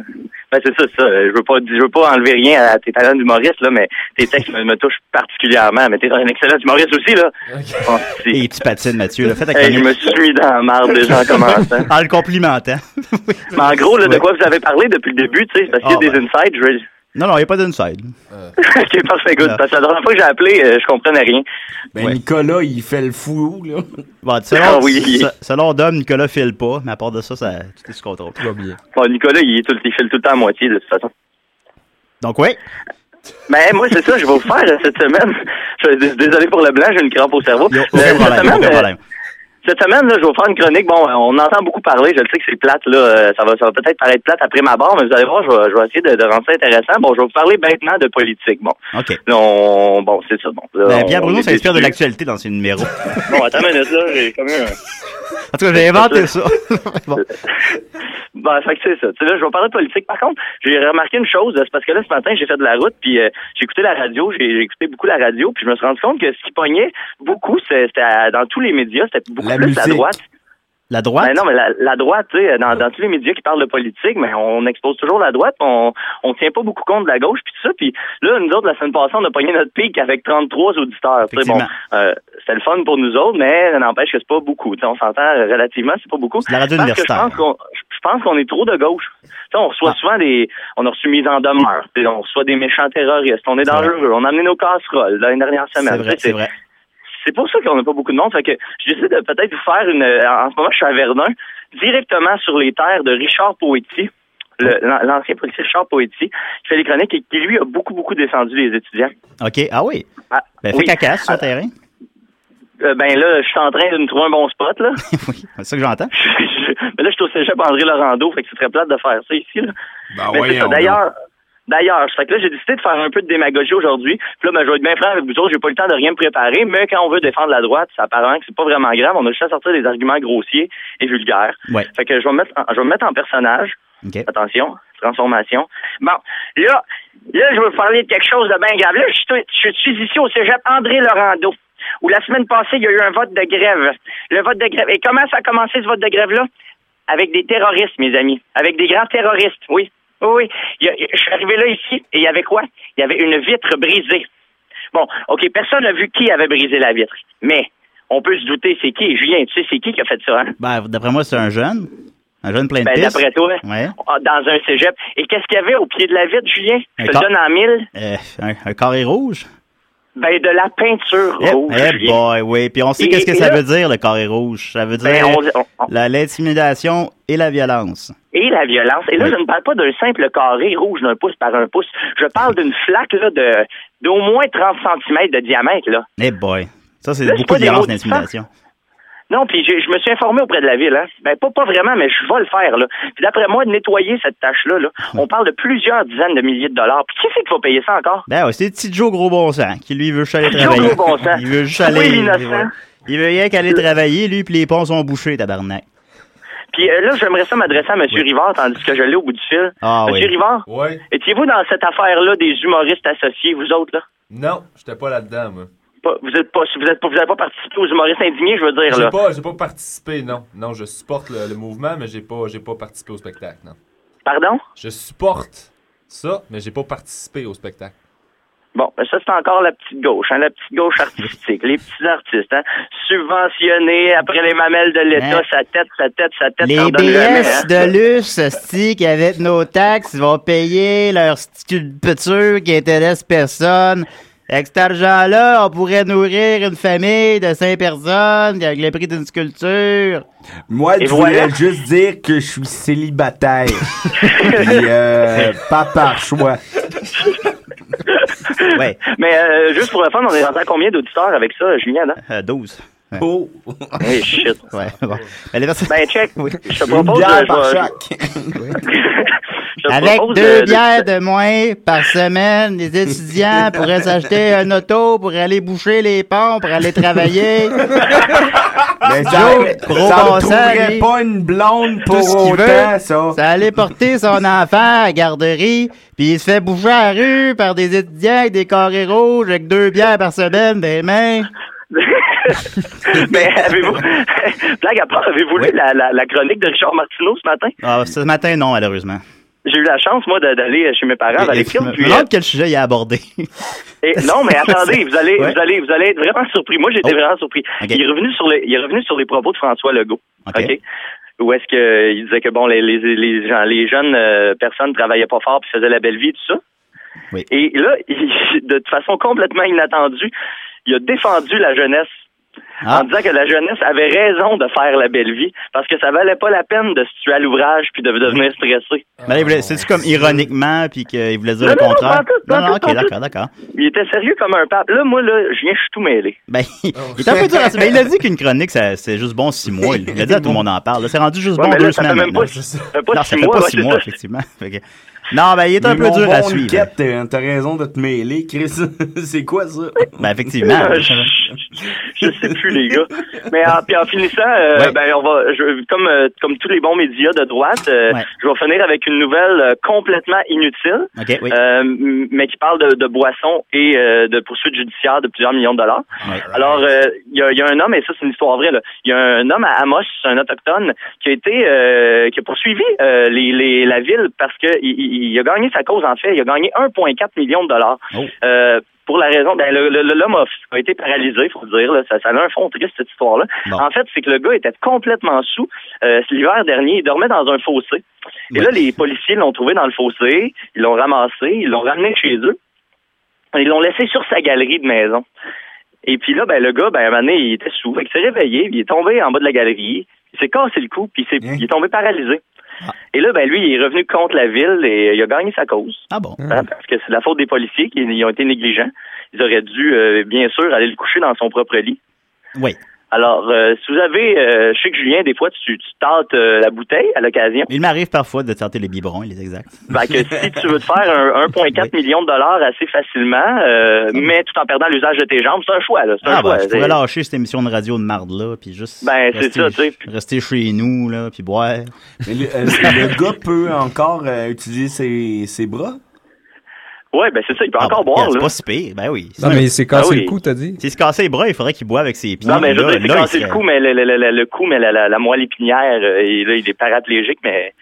Speaker 14: ben, c'est ça, c'est ça. Je veux pas, je veux pas enlever rien à tes talents d'humoriste, là, mais tes textes me, me touchent particulièrement. Mais t'es un excellent humoriste aussi, là. Bon,
Speaker 5: Et les petits patines, Mathieu. Là, fais ta
Speaker 14: Hey,
Speaker 5: chronique.
Speaker 14: je me suis mis dans la marde déjà en commençant.
Speaker 5: En le complimentant.
Speaker 14: Mais en gros, là, de quoi vous avez parlé depuis le début, tu sais, parce qu'il y a
Speaker 5: Ah,
Speaker 14: des
Speaker 5: ben.
Speaker 14: insights, je veux...
Speaker 5: Non, non, il n'y a pas d'inside.
Speaker 14: Ok, parfait, good.
Speaker 5: Ah.
Speaker 14: Parce que la dernière fois que j'ai appelé, euh, je comprenais rien.
Speaker 8: Ben, Nicolas, il fait le fou, là.
Speaker 5: Bon, selon,
Speaker 14: Ah oui.
Speaker 5: se- selon Dom, Nicolas file pas, mais à part de ça, ça tout est sous contrôle.
Speaker 14: Bon, Nicolas, il, est tout, il file tout le temps à moitié, de toute façon.
Speaker 5: Donc, oui.
Speaker 14: Ben, moi, c'est ça, je vais vous faire euh, cette semaine. Je, d- désolé pour le blanc, j'ai une crampe au cerveau. Mais
Speaker 5: Aucun
Speaker 14: cette
Speaker 5: problème,
Speaker 14: semaine,
Speaker 5: aucun
Speaker 14: euh,
Speaker 5: problème.
Speaker 14: Cette semaine, là, je vais vous faire une chronique. Bon, euh, on entend beaucoup parler. Je le sais que c'est plate, là. Euh, Ça va, ça va peut-être paraître plate après ma barre, mais vous allez voir, je vais, je vais essayer de, de rendre ça intéressant. Bon, je vais vous parler maintenant de politique. Bon.
Speaker 5: OK.
Speaker 14: Là, on- Bon, c'est ça. Bon. Là,
Speaker 5: Ben,
Speaker 14: on-
Speaker 5: Pierre
Speaker 14: on
Speaker 5: Bruno
Speaker 14: est
Speaker 5: s'inspire de
Speaker 14: déçus.
Speaker 5: l'actualité dans ses numéros.
Speaker 14: Bon, attends une minute, là. J'ai comme un.
Speaker 5: En tout cas, j'ai inventé ça. Bon.
Speaker 14: Bon, Ben, fait que c'est ça. Tu sais, là, je vais parler de politique. Par contre, j'ai remarqué une chose. C'est parce que là, ce matin, j'ai fait de la route, puis euh, j'ai écouté la radio, j'ai j'ai écouté beaucoup la radio, puis je me suis rendu compte que ce qui pognait beaucoup, c'est- c'était à- dans tous les médias, c'était beaucoup plus la
Speaker 5: musique.
Speaker 14: droite.
Speaker 5: La droite? Ah.
Speaker 14: Ben non, mais la, la droite, tu sais, dans, dans tous les médias qui parlent de politique, mais on expose toujours la droite, puis on on tient pas beaucoup compte de la gauche, puis tout ça. Puis là, nous autres, la semaine passée, on a pogné notre pic avec 33 auditeurs. tu sais, Bon,
Speaker 5: Effectivement.
Speaker 14: euh, c'était le fun pour nous autres, mais ça n'empêche que c'est pas beaucoup. Tu sais, on s'entend euh, relativement, c'est pas beaucoup.
Speaker 5: C'est la radio
Speaker 14: Parce que
Speaker 5: universitaire. Ah.
Speaker 14: Je pense qu'on je pense qu'on est trop de gauche. Tu sais, on reçoit souvent des... On a reçu mise en demeure, tu sais, on reçoit des méchants terroristes, on est dangereux, on a amené nos casseroles dans les dernières
Speaker 5: C'est
Speaker 14: semaines.
Speaker 5: vrai,
Speaker 14: Tu sais,
Speaker 5: c'est vrai.
Speaker 14: c'est pour ça qu'on n'a pas beaucoup de monde. Fait que je décide de peut-être vous faire une. euh, En ce moment, je suis à Verdun, directement sur les terres de Richard Poëti, le- l'an- l'ancien policier Richard Poëti, qui fait des chroniques et qui, lui, a beaucoup, beaucoup descendu les étudiants.
Speaker 5: OK. Ah oui.
Speaker 14: Ah,
Speaker 5: Ben, fais
Speaker 14: oui.
Speaker 5: caca sur son
Speaker 14: Ah,
Speaker 5: terrain.
Speaker 14: euh, ben là, je suis en train de me trouver un bon spot, là.
Speaker 5: C'est ça que j'entends.
Speaker 14: Je- mais là, je suis au cégep André Laurando, fait que c'est très plate de faire ça ici, là.
Speaker 5: Ben
Speaker 14: Mais c'est
Speaker 5: voyons
Speaker 14: ça. D'ailleurs, d'ailleurs, fait que là, j'ai décidé de faire un peu de démagogie aujourd'hui. Puis là, ben, je vais être bien franc avec vous autres, j'ai pas eu le temps de rien me préparer, mais quand on veut défendre la droite, ça apparemment que c'est pas vraiment grave. On a juste à sortir des arguments grossiers et vulgaires.
Speaker 5: Ouais.
Speaker 14: Fait que je vais me mettre en, je vais me mettre en personnage.
Speaker 5: OK.
Speaker 14: Attention, transformation. Bon, là, là, je veux vous parler de quelque chose de bien grave. Là, je suis, je suis ici au cégep André Laurando, où la semaine passée, il y a eu un vote de grève. Le vote de grève. Et comment ça a commencé, ce vote de grève-là? Avec des terroristes, mes amis. Avec des grands terroristes, oui. Oui, oui. Il y a- je suis arrivé là, ici, et il y avait quoi? Il y avait une vitre brisée. Bon, OK, personne n'a vu qui avait brisé la vitre. Mais on peut se douter c'est qui. Julien, tu sais c'est qui qui a fait ça, hein?
Speaker 5: Ben, d'après moi, c'est un jeune. Un jeune plein de
Speaker 14: Ben,
Speaker 5: pisse.
Speaker 14: d'après toi,
Speaker 5: Ouais.
Speaker 14: ah, dans un cégep. Et qu'est-ce qu'il y avait au pied de la vitre, Julien? Je te
Speaker 5: Un
Speaker 14: le donne en mille.
Speaker 5: Euh, un, un carré rouge.
Speaker 14: Ben, de la peinture
Speaker 5: Eh
Speaker 14: rouge.
Speaker 5: eh
Speaker 14: Julien.
Speaker 5: boy, oui. Puis on sait
Speaker 14: Et-
Speaker 5: qu'est-ce que
Speaker 14: et
Speaker 5: ça
Speaker 14: là-
Speaker 5: veut dire, le carré rouge. Ça veut dire
Speaker 14: Ben, on-
Speaker 5: la- l'intimidation et la violence.
Speaker 14: Et la violence. Et là,
Speaker 5: Oui.
Speaker 14: je ne parle pas d'un simple carré rouge d'un pouce par un pouce. Je parle d'une flaque, là, de, d'au moins 30 cm de diamètre, là.
Speaker 5: Eh boy. Ça, c'est
Speaker 14: Là, c'est
Speaker 5: beaucoup
Speaker 14: pas
Speaker 5: de
Speaker 14: des
Speaker 5: violence
Speaker 14: mots
Speaker 5: et d'intimidation.
Speaker 14: Non, puis j'ai- je me suis informé auprès de la ville. Hein. Ben, pas, pas vraiment, mais je vais le faire. Là. Puis d'après moi, de nettoyer cette tâche-là, là, on parle de plusieurs dizaines de milliers de dollars. Puis qui c'est qu'il faut payer ça encore?
Speaker 5: Ben ouais, c'est petit Joe Gros Bon Sang qui lui veut juste aller
Speaker 14: Joe Gros
Speaker 5: travailler.
Speaker 14: Bon Sang.
Speaker 5: Il veut juste aller.
Speaker 14: Oui, l'innocent. Euh.
Speaker 5: ouais. Il veut rien qu'aller travailler, lui, puis les ponts sont bouchés, tabarnak.
Speaker 14: Puis euh, là, j'aimerais ça m'adresser à M. Rivard, tandis que je l'ai au bout du fil.
Speaker 7: Ah,
Speaker 14: M.
Speaker 7: oui.
Speaker 14: Rivard,
Speaker 7: Ouais.
Speaker 14: étiez-vous dans cette affaire-là des humoristes associés, vous autres, là?
Speaker 7: Non, j'étais pas là-dedans, moi.
Speaker 14: Pas- vous êtes pas, vous êtes pas, vous avez pas participé aux humoristes indignés, je veux dire,
Speaker 7: J'ai
Speaker 14: là.
Speaker 7: pas, j'ai pas participé, non. Non, je supporte le, le mouvement, mais j'ai pas, j'ai pas participé au spectacle, non.
Speaker 14: Pardon?
Speaker 7: Je supporte ça, mais j'ai pas participé au spectacle.
Speaker 14: Bon, ben ça, c'est encore la petite gauche, hein, la petite gauche artistique, les petits artistes, hein, subventionnés après les mamelles de l'État,
Speaker 5: Hein?
Speaker 14: sa tête, sa tête, sa tête,
Speaker 5: Les
Speaker 14: t'en donnes jamais, hein.
Speaker 5: BS de luxe, stick avec nos taxes, ils vont payer leur sculpture qui intéresse personne. Avec cet argent-là, on pourrait nourrir une famille de cinq personnes avec le prix d'une sculpture.
Speaker 8: Moi,
Speaker 5: Et
Speaker 8: je voulais
Speaker 5: voilà.
Speaker 8: juste dire que je suis célibataire. Puis, euh, pas par choix.
Speaker 14: Mais euh, juste pour le fun, on est rentré à combien d'auditeurs avec ça, Julien? Hein?
Speaker 5: 12.
Speaker 14: Oh! Hey, shit.
Speaker 5: Euh, Ouais, bon. Ben, les personnes-
Speaker 14: Ben, check. Je te
Speaker 5: Une
Speaker 14: propose
Speaker 5: bière
Speaker 14: de-
Speaker 5: par
Speaker 14: je vais- Je te
Speaker 5: Avec
Speaker 14: propose euh, de-
Speaker 5: deux
Speaker 14: de-
Speaker 5: bières de moins par semaine, les étudiants pourraient s'acheter un auto pour aller boucher les ponts, pour aller travailler.
Speaker 8: Mais
Speaker 5: Joe,
Speaker 8: ça,
Speaker 5: gros
Speaker 8: ça
Speaker 5: bon
Speaker 8: me
Speaker 5: sens,
Speaker 8: trouverait
Speaker 5: lui.
Speaker 8: pas une blonde
Speaker 5: Tout ce
Speaker 8: pour
Speaker 5: qu'il
Speaker 8: autant,
Speaker 5: veut,
Speaker 8: ça.
Speaker 5: allait porter son enfant à la garderie, puis il se fait bouger à la rue par des étudiants avec des carrés rouges, avec deux bières par semaine, des mains.
Speaker 14: Mais avez-vous. Blague à part, avez-vous lu la, la, la chronique de Richard Martineau ce matin?
Speaker 5: Ah, ce matin, non, malheureusement.
Speaker 14: J'ai eu la chance, moi, de- d'aller chez mes parents dans les films. Puis, euh,
Speaker 5: quel sujet il a abordé.
Speaker 14: et- non, mais attendez, vous allez,
Speaker 5: Ouais. Oh.
Speaker 14: vous allez, vous allez être vraiment surpris. Moi, j'étais vraiment surpris.
Speaker 5: Ok.
Speaker 14: Il est revenu sur les, il est revenu sur les propos de François Legault.
Speaker 5: Ok.
Speaker 14: OK? Où est-ce que il disait que bon, les, les, les gens, les jeunes euh, personnes travaillaient pas fort puis faisaient la belle vie, tout ça.
Speaker 5: Oui.
Speaker 14: Et là, il- de façon complètement inattendue, il a défendu la jeunesse
Speaker 5: Ah.
Speaker 14: en disant que la jeunesse avait raison de faire la belle vie parce que ça valait pas la peine de se tuer à l'ouvrage puis de devenir stressé.
Speaker 5: Mais c'est-tu comme ironiquement, puis qu'il voulait dire
Speaker 14: Ah. Non, non,
Speaker 5: le
Speaker 14: non, pas en
Speaker 5: contraire?
Speaker 14: tout, pas en
Speaker 5: non,
Speaker 14: tout, pas
Speaker 5: ok,
Speaker 14: en
Speaker 5: d'accord, d'accord.
Speaker 14: Il était sérieux comme un pape. Là, moi, là, je viens, je suis tout mêlé.
Speaker 5: Ben, il est un peu dur à se- Mais il a dit qu'une chronique, ça- c'est juste bon six mois. Il a dit à tout le monde en parle. là. C'est rendu juste
Speaker 14: Ouais,
Speaker 5: bon
Speaker 14: mais là,
Speaker 5: deux
Speaker 14: ça
Speaker 5: semaines.
Speaker 14: fait même
Speaker 5: maintenant.
Speaker 14: pas six- ça fait pas
Speaker 5: non,
Speaker 14: six
Speaker 5: ça fait
Speaker 14: mois,
Speaker 5: pas
Speaker 14: ouais,
Speaker 5: six
Speaker 14: c'est
Speaker 5: mois,
Speaker 14: ça.
Speaker 5: effectivement. Fait que- Non, ben, il est un
Speaker 8: Mais
Speaker 5: peu
Speaker 8: mon
Speaker 5: dur à
Speaker 8: bon
Speaker 5: suivre.
Speaker 8: Niquette, T'as t'as raison de te mêler, Chris. C'est quoi ça?
Speaker 5: Ben, effectivement.
Speaker 14: Euh, Je sais plus, les gars. Mais en, puis en finissant, euh,
Speaker 5: Ouais.
Speaker 14: ben, on va, je, comme, euh, comme tous les bons médias de droite, euh,
Speaker 5: Ouais.
Speaker 14: je vais finir avec une nouvelle euh, complètement inutile,
Speaker 5: Ok, oui.
Speaker 14: euh, m- mais qui parle de, de boissons et euh, de poursuites judiciaires de plusieurs millions de dollars. Alors, euh, il y, a- il y a un homme, et ça, c'est une histoire vraie, là. il y a un homme à Amos, un autochtone, qui a été, euh, qui a poursuivi euh, les, les- la ville parce que il, il- il a gagné sa cause, en fait. Il a gagné 1,4 million de dollars. Euh, pour la raison, ben, le- le- le- l'homme a, a été paralysé, faut le dire. Là. Ça, ça a un fond triste, cette histoire-là. En fait, c'est que le gars était complètement sous. Euh, c'est L'hiver dernier, il dormait dans un fossé. Et là, les policiers l'ont trouvé dans le fossé, ils l'ont ramassé, ils l'ont ramené chez eux. Et Ils l'ont laissé sur sa galerie de maison. Et puis là, ben, le gars, ben, à un moment donné, il était sous. Fait qu'il s'est réveillé, il est tombé en bas de la galerie, il s'est cassé le cou, puis il, s'est- il est tombé paralysé. Et là, ben, lui, il est revenu contre la ville et euh, il a gagné sa cause.
Speaker 5: Ah bon?
Speaker 14: Hein, parce que c'est de la faute des policiers qui ils ont été négligents. Ils auraient dû, euh, bien sûr, aller le coucher dans son propre lit.
Speaker 5: Oui.
Speaker 14: Alors, euh, si vous avez, euh, je sais que Julien, des fois, tu, tu tâtes euh, la bouteille à l'occasion.
Speaker 5: Il m'arrive parfois de tenter les biberons, il est exact.
Speaker 14: Fait que si tu veux te faire un 1,4 million de dollars assez facilement, euh, mais tout en perdant l'usage de tes jambes, c'est un choix. là, C'est un
Speaker 5: Ah
Speaker 14: choix.
Speaker 5: ben, je
Speaker 14: C'est-
Speaker 5: pourrais lâcher cette émission de radio de marde là, puis juste
Speaker 14: Ben, c'est
Speaker 5: rester-
Speaker 14: ça, tu sais.
Speaker 5: rester chez nous là, puis boire.
Speaker 8: Mais le, euh, le gars peut encore euh, utiliser ses, ses bras?
Speaker 14: Ouais, ben c'est ça, il peut encore boire.
Speaker 5: Yeah, Ah C'est
Speaker 14: là.
Speaker 5: pas si pire, ben oui.
Speaker 9: Non, mais il s'est cassé
Speaker 14: Ah oui.
Speaker 9: le cou, t'as dit?
Speaker 5: S'il se cassait les bras, il faudrait qu'il boive avec ses pieds.
Speaker 14: Non, mais je veux
Speaker 5: là,
Speaker 14: dire, c'est
Speaker 5: là, il
Speaker 14: cassé le
Speaker 5: serait-
Speaker 14: cou, mais le, le, le, le- le cou, mais la, la, la moelle épinière, euh, et là, il est paraplégique, mais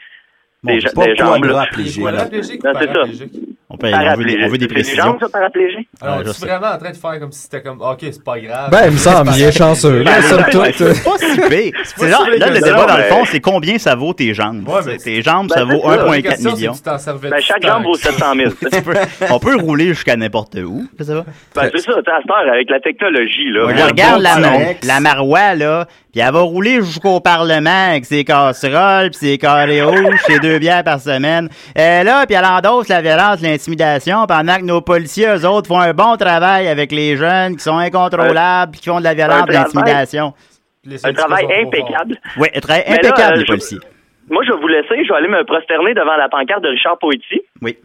Speaker 5: Bon,
Speaker 14: des,
Speaker 5: c'est
Speaker 14: ja-
Speaker 5: pas
Speaker 14: des jambes. là.
Speaker 5: paraplégique, là.
Speaker 7: Paraplégique ou
Speaker 14: Non, c'est ça.
Speaker 7: paraplégique?
Speaker 5: On, peut- on veut des, on veut des
Speaker 14: C'est les
Speaker 5: précisions.
Speaker 14: jambes, ça, paraplégique?
Speaker 7: Alors,
Speaker 5: Ouais, je
Speaker 7: tu es vraiment en train de faire comme si c'était comme, ok, c'est pas grave.
Speaker 9: Ben, il me semble, il est
Speaker 7: C'est
Speaker 9: chanceux.
Speaker 7: pas-
Speaker 9: Là, somme
Speaker 7: Ouais,
Speaker 9: toute,
Speaker 7: c'est
Speaker 5: Ben, C'est pas si pire. C'est
Speaker 7: pas
Speaker 5: là,
Speaker 7: si pire
Speaker 5: là,
Speaker 7: que
Speaker 5: le
Speaker 7: ça,
Speaker 5: débat, dans le
Speaker 7: mais-
Speaker 5: fond, c'est combien ça vaut tes jambes.
Speaker 7: Ouais,
Speaker 5: Tu sais,
Speaker 7: mais-
Speaker 5: tes jambes, ça
Speaker 7: Ben,
Speaker 5: vaut
Speaker 7: c'est ça. La
Speaker 5: 1,4
Speaker 7: question, c'est
Speaker 5: millions.
Speaker 7: que tu t'en servais
Speaker 14: Ben,
Speaker 7: tout
Speaker 14: chaque
Speaker 7: le temps.
Speaker 14: jambe vaut 700 000.
Speaker 5: Tu peux-
Speaker 7: Ben,
Speaker 5: on peut rouler jusqu'à n'importe où. que ça va.
Speaker 14: Ben, c'est ça, tu sais, à cette heure, avec la technologie, là.
Speaker 5: Je regarde la, la marois, là, puis elle va rouler jusqu'au Parlement avec ses casseroles, puis ses carrés rouges, ses deux bières par semaine. Euh, là, puis elle endosse la violence, l'intimidation, pendant que nos policiers, eux autres, font un bon travail avec les jeunes qui sont incontrôlables, puis qui font de la violence, de
Speaker 14: travail-
Speaker 5: l'intimidation.
Speaker 14: Un travail impeccable.
Speaker 5: Oui, un travail
Speaker 14: Mais là,
Speaker 5: impeccable,
Speaker 14: euh,
Speaker 5: les
Speaker 14: je-
Speaker 5: policiers.
Speaker 14: Moi, je vais vous laisser, je vais aller me prosterner devant la pancarte de Richard Poitiers.
Speaker 5: Oui.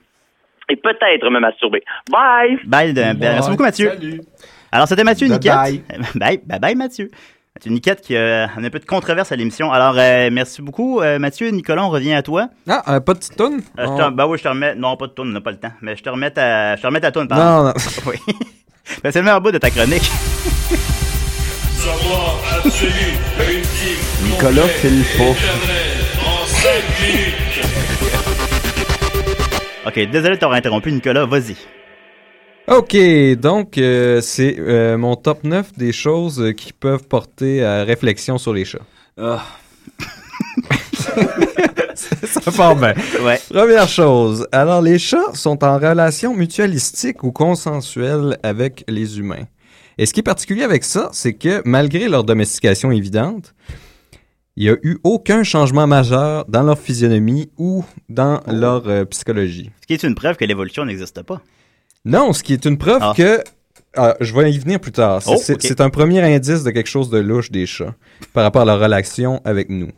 Speaker 14: Et peut-être me masturber. Bye!
Speaker 5: Bye, de- ben, merci beaucoup, Mathieu. Alors, c'était Mathieu
Speaker 14: Bye
Speaker 5: Niquette.
Speaker 14: bye.
Speaker 5: Bye, bye, bye, Mathieu. C'est une quête qui euh, a un peu de controverse à l'émission. Alors, euh, merci beaucoup, euh, Mathieu. Nicolas, on revient à toi.
Speaker 9: Ah, euh, pas de petite toune?
Speaker 5: Euh, je te-
Speaker 9: On-
Speaker 5: Ben oui, je te remets. Non, pas de tourne, on n'a pas le temps. Mais je te remets à, je te remets à tourne, pardon.
Speaker 9: Non, non.
Speaker 5: oui. Ben, c'est le meilleur bout de ta chronique.
Speaker 6: Savoir absolu, ultime,
Speaker 8: Nicolas file pas.
Speaker 6: éternel, en 5 minutes.
Speaker 5: Ok, désolé de t'avoir interrompu, Nicolas. Vas-y.
Speaker 9: Ok, donc euh, c'est euh, mon top 9 des choses euh, qui peuvent porter à réflexion sur les chats.
Speaker 8: Ah.
Speaker 9: Ça part bien. Première chose, alors les chats sont en relation mutualistique ou consensuelle avec les humains. Et ce qui est particulier avec ça, c'est que malgré leur domestication évidente, il n'y a eu aucun changement majeur dans leur physionomie ou dans leur euh, psychologie.
Speaker 5: Ce qui est une preuve que l'évolution n'existe pas.
Speaker 9: Non, ce qui est une preuve
Speaker 5: Ah.
Speaker 9: que. Ah, je vais y venir plus tard. C'est
Speaker 5: Oh,
Speaker 9: c'est-
Speaker 5: ok.
Speaker 9: c'est un premier indice de quelque chose de louche des chats par rapport à leur relation avec nous.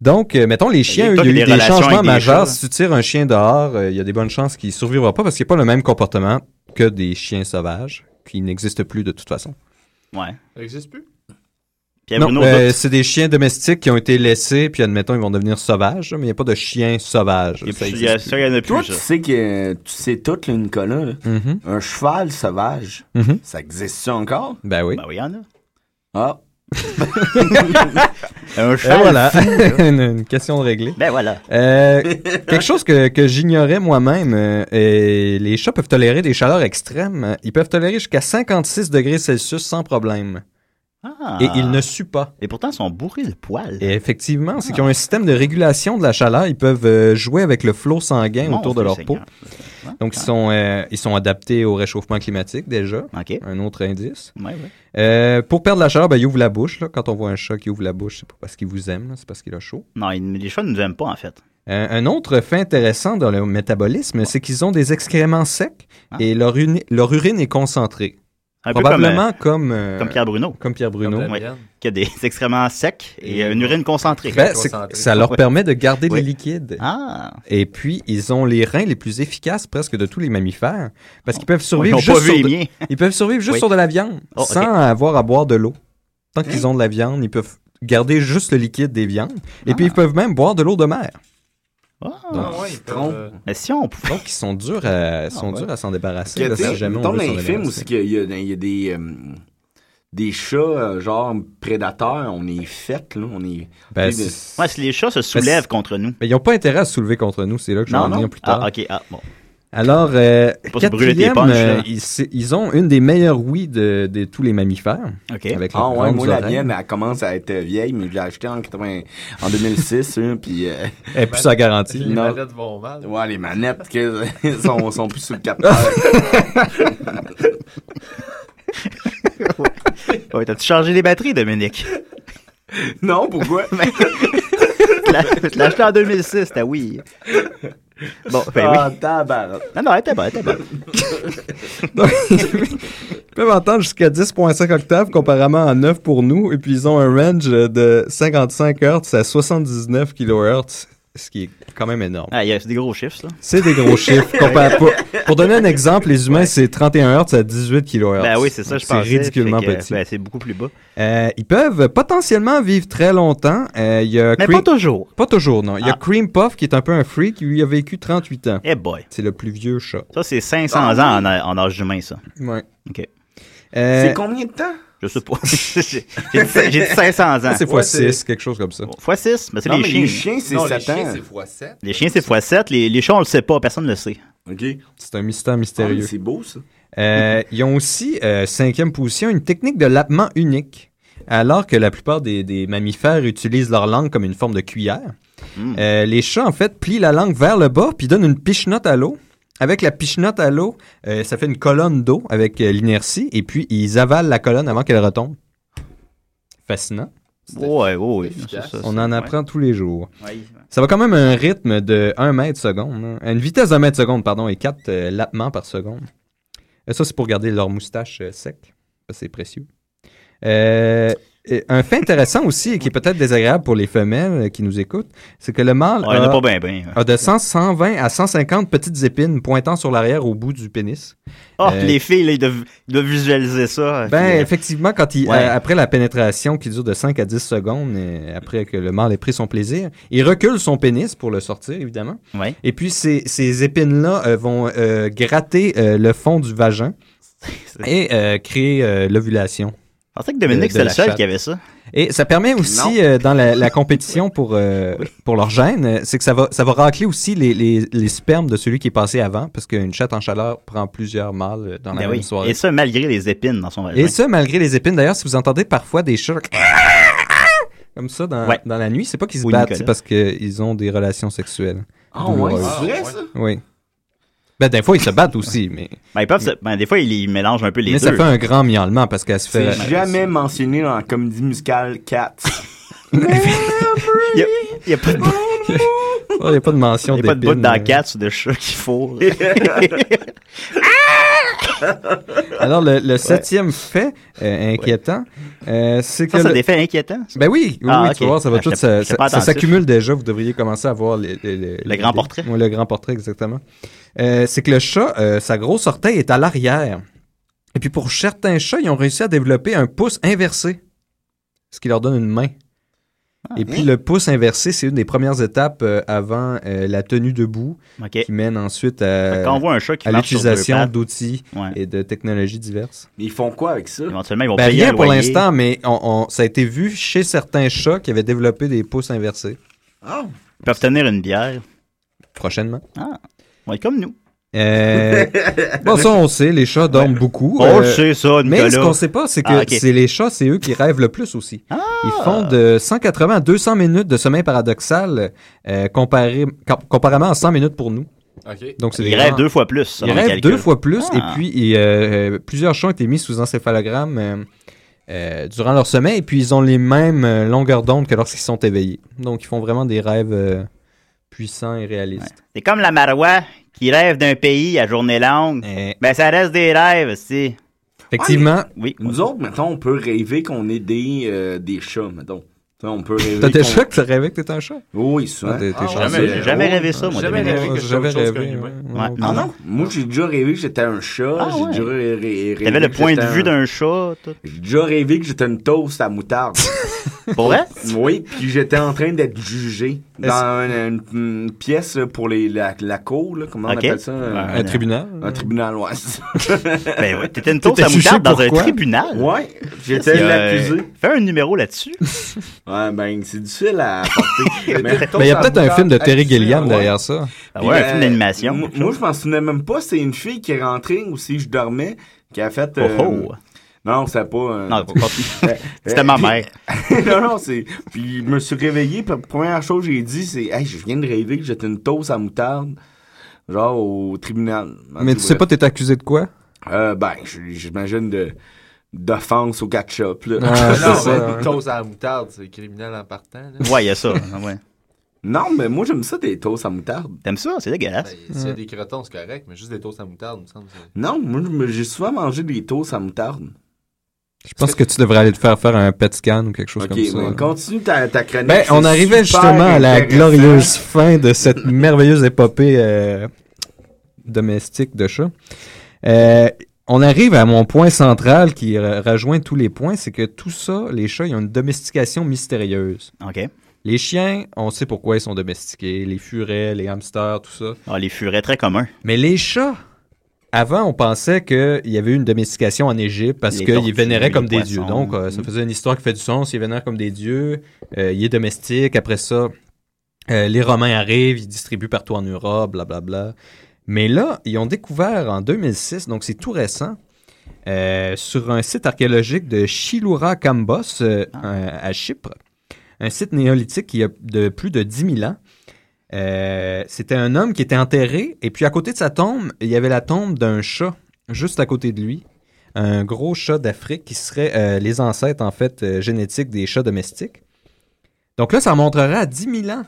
Speaker 9: Donc, euh, mettons, les chiens, eux,
Speaker 5: toi
Speaker 9: il y a eu
Speaker 5: qui as des
Speaker 9: des
Speaker 5: relations
Speaker 9: changements
Speaker 5: avec des chats,
Speaker 9: majeurs.
Speaker 5: là.
Speaker 9: Si tu tires un chien dehors, euh, il y a des bonnes chances qu'il ne survivra pas parce qu'il n'y a pas le même comportement que des chiens sauvages qui n'existent plus de toute façon.
Speaker 5: Ouais.
Speaker 7: Ça n'existe plus?
Speaker 5: Pierre
Speaker 9: Non,
Speaker 5: Bruno,
Speaker 9: euh,
Speaker 5: doute.
Speaker 9: c'est des chiens domestiques qui ont été laissés, puis admettons, ils vont devenir sauvages, là, mais il n'y a pas de chiens sauvages. Ça
Speaker 5: il y
Speaker 9: existe
Speaker 5: a- ça, il y en a plus,
Speaker 9: Toi,
Speaker 5: ça.
Speaker 9: tu
Speaker 15: Tu sais que tu sais tout, là, Nicolas. là.
Speaker 9: Mm-hmm.
Speaker 15: Un cheval sauvage,
Speaker 9: Mhm.
Speaker 15: ça existe ça encore?
Speaker 9: Ben oui.
Speaker 5: Ben oui, il y en a.
Speaker 15: Ah.
Speaker 5: un
Speaker 9: Euh, voilà, une, une question de réglée.
Speaker 5: Ben voilà.
Speaker 9: Euh, quelque chose que, que j'ignorais moi-même, euh, euh, les chats peuvent tolérer des chaleurs extrêmes. Ils peuvent tolérer jusqu'à 56 degrés Celsius sans problème.
Speaker 5: Ah.
Speaker 9: Et ils ne suent pas.
Speaker 5: Et pourtant, ils sont bourrés de poils. Ah.
Speaker 9: Et effectivement, c'est qu'ils ont un système de régulation de la chaleur. Ils peuvent euh, jouer avec le flot sanguin
Speaker 5: Mon
Speaker 9: autour de
Speaker 5: Dieu
Speaker 9: leur peau.
Speaker 5: Seigneur. Ah.
Speaker 9: Donc, ils sont, euh, ils sont adaptés au réchauffement climatique déjà. Un autre indice.
Speaker 5: Ouais, ouais.
Speaker 9: Euh, pour perdre la chaleur, ben, ils ouvrent la bouche. là. Quand on voit un chat qui ouvre la bouche, c'est pas parce qu'il vous aime, là, c'est parce qu'il a chaud.
Speaker 5: Non, ils- les chats ne nous aiment pas, en fait.
Speaker 9: Euh, un autre fait intéressant dans le métabolisme, c'est qu'ils ont des excréments secs et leur, uni- leur urine est concentrée.
Speaker 5: Ah. Un peu
Speaker 9: Probablement
Speaker 5: comme,
Speaker 9: comme,
Speaker 5: euh,
Speaker 9: euh,
Speaker 5: comme Pierre Bruno.
Speaker 9: Comme Pierre Bruno.
Speaker 5: Ouais. Qui a des excréments secs et, euh, une urine concentrée.
Speaker 9: Ben, c'est- ça leur permet de garder
Speaker 5: Oui.
Speaker 9: les liquides.
Speaker 5: Ah.
Speaker 9: Et puis, ils ont les reins les plus efficaces presque de tous les mammifères parce qu'ils peuvent
Speaker 5: ils
Speaker 9: survivre
Speaker 5: ont
Speaker 9: juste,
Speaker 5: pas vu
Speaker 9: sur,
Speaker 5: les
Speaker 9: de,
Speaker 5: miens.
Speaker 9: ils peuvent survivre juste
Speaker 5: Oui.
Speaker 9: sur de la viande
Speaker 5: Oh, ok.
Speaker 9: sans avoir à boire de l'eau. Tant qu'ils
Speaker 15: Hein?
Speaker 9: ont de la viande, ils peuvent garder juste le liquide des viandes. Et puis, ils peuvent même boire de l'eau de mer.
Speaker 5: Ah,
Speaker 7: ouais, ils
Speaker 15: trompent.
Speaker 5: Mais si on pouvait. Ah,
Speaker 9: Donc, ils sont durs à, ils sont
Speaker 15: ouais.
Speaker 9: durs à s'en débarrasser.
Speaker 15: Que,
Speaker 9: là,
Speaker 15: tu sais,
Speaker 9: si jamais on
Speaker 15: mettons
Speaker 9: veut
Speaker 15: dans
Speaker 9: s'en
Speaker 15: les films
Speaker 9: débarrasser.
Speaker 15: aussi qu'il y, a- il y a des, euh, des chats, euh, genre prédateurs, on est fait, là. On est.
Speaker 9: Ben,
Speaker 15: tu sais,
Speaker 9: c'est-
Speaker 5: Ouais, si les chats se soulèvent contre nous.
Speaker 9: Mais ils n'ont pas intérêt à se soulever contre nous, c'est là que je vais
Speaker 5: Non,
Speaker 9: en
Speaker 5: non.
Speaker 9: venir plus tard.
Speaker 5: Ah, ok, ah, bon.
Speaker 9: Alors, euh,
Speaker 5: Pas se brûler tes
Speaker 9: quatrième,
Speaker 5: punchs, là.
Speaker 9: euh, ils, c'est- ils ont une des meilleures ouïes de, de tous les mammifères. Avec leurs
Speaker 15: ah ouais,
Speaker 9: grandes
Speaker 15: moi, la
Speaker 9: oreilles.
Speaker 15: mienne, elle commence à être vieille, mais je l'ai achetée en, 80 en 2006, hein, puis... euh,
Speaker 9: Et puis ça garantit.
Speaker 15: Non.
Speaker 7: Les manettes vont mal.
Speaker 15: Ouais, les manettes que, sont, sont plus sur le capteur.
Speaker 5: Ouais, t'as-tu changé les batteries, Dominique?
Speaker 15: non, pourquoi?
Speaker 5: Ben, Je l'ai acheté en 2006, t'as oui. Bon, ben
Speaker 15: Ah,
Speaker 5: oui.
Speaker 15: tabarnak.
Speaker 5: Non, non, elle était bonne, elle était bonne.
Speaker 9: Donc, ils peuvent entendre jusqu'à 10,5 octaves, comparément à 9 pour nous. Et puis, ils ont un range de 55 Hz à 79 kHz, ce qui est quand même énorme.
Speaker 5: Ah, il y a c'est des gros chiffres, ça.
Speaker 9: C'est des gros chiffres. comparé- pour, pour donner un exemple, les humains, c'est 31 Hz à 18 kHz.
Speaker 5: Ben oui, c'est ça, je
Speaker 9: C'est
Speaker 5: pensais.
Speaker 9: ridiculement
Speaker 5: fait que,
Speaker 9: petit.
Speaker 5: Ben, c'est beaucoup plus bas.
Speaker 9: Euh, ils peuvent potentiellement vivre très longtemps. Euh, il y a
Speaker 5: Mais
Speaker 9: Cream-
Speaker 5: pas toujours.
Speaker 9: Pas toujours, non. Il y a
Speaker 5: Ah.
Speaker 9: Cream Puff, qui est un peu un freak, qui lui a vécu 38 ans.
Speaker 5: Eh boy.
Speaker 9: C'est le plus vieux chat.
Speaker 5: Ça, c'est 500
Speaker 15: Ah
Speaker 5: ans en, en âge humain, ça.
Speaker 9: Ouais.
Speaker 5: OK.
Speaker 9: Euh,
Speaker 15: C'est combien de temps?
Speaker 5: Je sais pas. J'ai- J'ai dit- j'ai dit 500 ans.
Speaker 9: C'est fois 6, quelque chose comme ça.
Speaker 5: Fois 6, mais c'est
Speaker 15: Non,
Speaker 5: les
Speaker 15: mais
Speaker 5: chiens.
Speaker 15: les chiens, c'est
Speaker 7: Non,
Speaker 15: sept
Speaker 7: les chiens,
Speaker 15: ans.
Speaker 7: c'est fois sept.
Speaker 5: Les chiens, c'est fois 7. Les, les chats, on le sait pas. Personne ne le sait.
Speaker 15: OK.
Speaker 9: C'est un mystère mystérieux.
Speaker 15: Ah, c'est beau, ça.
Speaker 9: Euh, ils ont aussi, euh, cinquième position, une technique de lappement unique. Alors que la plupart des, des mammifères utilisent leur langue comme une forme de cuillère,
Speaker 5: Hmm.
Speaker 9: euh, les chats, en fait, plient la langue vers le bas puis donnent une pichenote à l'eau. Avec la pichenote à l'eau, euh, ça fait une colonne d'eau avec euh, l'inertie et puis ils avalent la colonne avant qu'elle retombe. Fascinant.
Speaker 5: Ouais, ouais, ouais.
Speaker 7: efficace.
Speaker 5: Ça, ça,
Speaker 9: On en
Speaker 5: ouais.
Speaker 9: apprend tous les jours.
Speaker 5: Ouais.
Speaker 9: Ça va quand même à un rythme de 1 mètre seconde. hein. À Une vitesse d'un mètre seconde, pardon, et 4 lappements par seconde. Euh, ça, c'est pour garder leur moustache euh, sec. Ça, C'est précieux. Euh, Et un fait intéressant aussi, et qui est peut-être désagréable pour les femelles euh, qui nous écoutent, c'est que le mâle
Speaker 5: Ouais, il y en a pas ben, ben.
Speaker 9: a de 100, 120 à 150 petites épines pointant sur l'arrière au bout du pénis.
Speaker 5: Oh,
Speaker 9: Euh,
Speaker 5: puis les filles, là, ils doivent, ils doivent visualiser ça.
Speaker 9: Ben,
Speaker 5: Puis, euh,
Speaker 9: effectivement, quand il,
Speaker 5: Ouais.
Speaker 9: euh, après la pénétration qui dure de 5 à 10 secondes, et après que le mâle ait pris son plaisir, il recule son pénis pour le sortir, évidemment.
Speaker 5: Ouais.
Speaker 9: Et puis, ces, ces épines-là euh, vont euh, gratter euh, le fond du vagin et euh, créer euh, l'ovulation.
Speaker 5: Je pensais que Dominique, c'était le seul qui avait ça.
Speaker 9: Et ça permet
Speaker 5: Non.
Speaker 9: aussi, euh, dans la, la compétition pour, euh, pour leur gène, euh, c'est que ça va, ça va racler aussi les, les, les spermes de celui qui est passé avant, parce qu'une chatte en chaleur prend plusieurs mâles euh, dans la
Speaker 5: ben
Speaker 9: même
Speaker 5: oui.
Speaker 9: soirée.
Speaker 5: Et ça, malgré les épines dans son vagin.
Speaker 9: Et ça, malgré les épines. D'ailleurs, si vous entendez parfois des chats comme ça dans, dans la nuit, c'est pas qu'ils se
Speaker 5: Ou
Speaker 9: battent,
Speaker 5: Nicolas.
Speaker 9: c'est parce qu'ils ont des relations sexuelles.
Speaker 8: Ah
Speaker 9: douloureuses.
Speaker 8: ouais, c'est vrai, ça?
Speaker 9: Oui. Ben, des fois, ils se battent aussi, mais.
Speaker 5: Ben, ils peuvent se- ben, des fois, ils, ils mélangent un peu les
Speaker 9: mais
Speaker 5: deux.
Speaker 9: ça fait un grand miaulement parce qu'elle se fait.
Speaker 8: C'est jamais mentionné dans la comédie musicale 4.
Speaker 5: Il n'y a, pas de...
Speaker 9: Ah, Il n'y a pas de mention
Speaker 5: Il n'y a pas de
Speaker 9: d'épines,
Speaker 5: bout dans
Speaker 9: euh.
Speaker 5: quatre de chat qu'il faut.
Speaker 9: Ah! Alors, le, le septième fait euh, inquiétant, euh, c'est que.
Speaker 5: Ça, c'est
Speaker 9: le-
Speaker 5: des faits inquiétants. ça?
Speaker 9: Ben oui, oui,
Speaker 5: Ah,
Speaker 9: oui,
Speaker 5: ok.
Speaker 9: tu vois, ça va
Speaker 5: Ah,
Speaker 9: tout,
Speaker 5: j'étais-
Speaker 9: ça,
Speaker 5: j'étais
Speaker 9: ça,
Speaker 5: pas
Speaker 9: ça
Speaker 5: attentif.
Speaker 9: s'accumule déjà. Vous devriez commencer à voir les- les- les- les-
Speaker 5: grand portrait.
Speaker 9: Oui, le grand portrait, exactement. Euh, c'est que le chat, euh, sa grosse orteil est à l'arrière. Et puis pour certains chats, ils ont réussi à développer un pouce inversé, ce qui leur donne une main. Et puis
Speaker 5: hein?
Speaker 9: le pouce inversé, c'est une des premières étapes euh, avant euh, la tenue debout, qui mène ensuite à,
Speaker 5: Quand on voit un chat qui
Speaker 9: Euh, à
Speaker 5: marche sur deux
Speaker 9: l'utilisation
Speaker 5: pattes.
Speaker 9: d'outils et de technologies diverses.
Speaker 8: Mais ils font quoi avec ça?
Speaker 5: Éventuellement, ils vont
Speaker 9: Ben,
Speaker 5: payer
Speaker 9: rien
Speaker 5: un
Speaker 9: pour
Speaker 5: loyer.
Speaker 9: l'instant, mais on- on- ça a été vu chez certains chats qui avaient développé des pouces inversés.
Speaker 5: Ils peuvent tenir une bière.
Speaker 9: Prochainement.
Speaker 5: Ah, ouais, comme nous.
Speaker 9: Euh, bon, ça, on sait, les chats dorment beaucoup. euh,
Speaker 5: On le sait, ça,
Speaker 9: Mais ce
Speaker 5: Nicolas.
Speaker 9: qu'on sait pas, c'est que
Speaker 5: Ah, ok. Ah!
Speaker 9: c'est les chats, c'est eux qui rêvent le plus aussi. Ils font de 180 à 200 minutes de sommeil paradoxal, euh, comparé, com- comparément à 100 minutes pour nous.
Speaker 7: Ok.
Speaker 9: Donc, c'est
Speaker 5: Ils
Speaker 9: des
Speaker 5: rêvent
Speaker 9: grands-
Speaker 5: deux fois plus, selon
Speaker 9: Ils
Speaker 5: les
Speaker 9: rêvent
Speaker 5: calculs.
Speaker 9: deux fois plus.
Speaker 5: Ah.
Speaker 9: Et puis, ils, euh, euh, plusieurs chats ont été mis sous encéphalogramme euh, euh, durant leur sommeil. Et puis, ils ont les mêmes euh, longueurs d'onde que lorsqu'ils sont éveillés. Donc, ils font vraiment des rêves euh, puissants et réalistes.
Speaker 5: C'est comme la Marois qui rêve d'un pays à journée longue. Ben, ça reste des rêves, Ah, si.
Speaker 9: Eh. Effectivement.
Speaker 5: Oui.
Speaker 8: Nous autres, mettons, on peut rêver qu'on est des, euh, des chats, mettons. Tu sais, On peut rêver.
Speaker 9: T'as
Speaker 8: qu'on-
Speaker 9: déjà que tu rêvais que t'étais un chat?
Speaker 8: Oui, souvent.
Speaker 9: Ah, t'es- t'es
Speaker 8: Ah,
Speaker 9: chanceux.
Speaker 8: jamais- j'ai jamais
Speaker 9: Oh,
Speaker 8: rêvé ça, moi,
Speaker 9: jamais
Speaker 8: de
Speaker 9: rêvé
Speaker 8: mes
Speaker 9: que
Speaker 8: rêves.
Speaker 9: j'avais
Speaker 8: Quelque chose
Speaker 9: rêvé.
Speaker 8: qu'un
Speaker 9: ouais.
Speaker 5: Ouais,
Speaker 9: Ouais.
Speaker 8: Ah non? Moi, j'ai déjà rêvé que j'étais un chat.
Speaker 5: Ah
Speaker 8: j'ai
Speaker 5: ouais.
Speaker 8: déjà ré- ré- rêvé.
Speaker 5: T'avais le
Speaker 8: que
Speaker 5: point de
Speaker 8: j'étais
Speaker 5: vue
Speaker 8: un-
Speaker 5: d'un chat. tout.
Speaker 8: J'ai déjà rêvé que j'étais une toast à moutarde.
Speaker 5: Pour vrai?
Speaker 8: Oui, puis j'étais en train d'être jugé dans une, une- une pièce là, pour les, la, la cour, là, comment
Speaker 5: Ok.
Speaker 8: on appelle ça? Euh,
Speaker 5: Un- Un tribunal?
Speaker 8: Un tribunal, ouais.
Speaker 5: Ben oui, t'étais une toast à moutarde dans un tribunal.
Speaker 8: Ouais, j'étais
Speaker 5: Euh,
Speaker 8: l'accusé.
Speaker 5: Fais un numéro là-dessus.
Speaker 8: Ouais, ben c'est difficile à apporter. Mais
Speaker 9: Mais il y a peut-être un film de Terry Gilliam derrière ça.
Speaker 5: Ah ouais, un film d'animation,
Speaker 8: euh, Moi, moi, je m'en souvenais même pas. C'est une fille qui est rentrée ou si je dormais, qui a fait. euh,
Speaker 5: Oh, oh.
Speaker 8: Non, c'est pas. euh,
Speaker 5: Non, continue.
Speaker 8: Euh,
Speaker 5: C'était ma
Speaker 8: puis-
Speaker 5: mère.
Speaker 8: non, non, c'est. Puis je me suis réveillé. Puis la première chose que j'ai dit, c'est Hey, je viens de rêver que j'étais une toast à moutarde, genre au tribunal.
Speaker 9: Mais tu sais pas, t'es accusé de quoi?
Speaker 8: Euh, ben, j- j'imagine de d'offense au ketchup, là.
Speaker 9: Ah, c'est
Speaker 7: non,
Speaker 9: ça,
Speaker 7: mais
Speaker 9: ouais.
Speaker 7: une toast à la moutarde, c'est criminel en partant. Là.
Speaker 5: Ouais, il y a ça. Ouais.
Speaker 8: Non, mais moi, j'aime ça, des toasts à moutarde.
Speaker 5: T'aimes ça? C'est dégueulasse.
Speaker 7: Ben, S'il y a des crotons, c'est correct, mais juste des toasts à moutarde, il me semble. c'est-
Speaker 8: Non, moi, je me- j'ai souvent mangé des toasts à moutarde.
Speaker 9: Je pense que tu devrais aller te faire faire un PET scan ou quelque chose
Speaker 8: Ok,
Speaker 9: comme ça.
Speaker 8: on continue ta, ta chronique.
Speaker 9: Ben, on
Speaker 8: c'est
Speaker 9: arrivait
Speaker 8: super
Speaker 9: justement à la
Speaker 8: intéressant.
Speaker 9: glorieuse fin de cette merveilleuse épopée euh, domestique de chat. Euh, on arrive à mon point central qui euh, rejoint tous les points, c'est que tout ça, les chats, ils ont une domestication mystérieuse.
Speaker 5: OK.
Speaker 9: Les chiens, on sait pourquoi ils sont domestiqués, les furets, les hamsters, tout ça.
Speaker 5: Ah, les furets, très communs.
Speaker 9: Mais les chats, avant, on pensait qu'il y avait eu une domestication en Égypte parce
Speaker 5: Les
Speaker 9: qu'ils
Speaker 5: tortues,
Speaker 9: vénéraient comme des
Speaker 5: les poissons.
Speaker 9: dieux. Donc, euh, ça faisait une histoire qui fait du sens. Ils vénèrent comme des dieux. Euh, il est domestique. Après ça, euh, les Romains arrivent. Ils distribuent partout en Europe, blablabla. Mais là, ils ont découvert en 2006, donc c'est tout récent, euh, sur un site archéologique de Chiloura Kambos euh, euh, à Chypre, un site néolithique qui a de plus de 10 000 ans. Euh, c'était un homme qui était enterré, et puis à côté de sa tombe, il y avait la tombe d'un chat, juste à côté de lui. Un gros chat d'Afrique qui serait euh, les ancêtres, en fait, euh, génétiques des chats domestiques. Donc là, ça montrerait à 10 000 ans.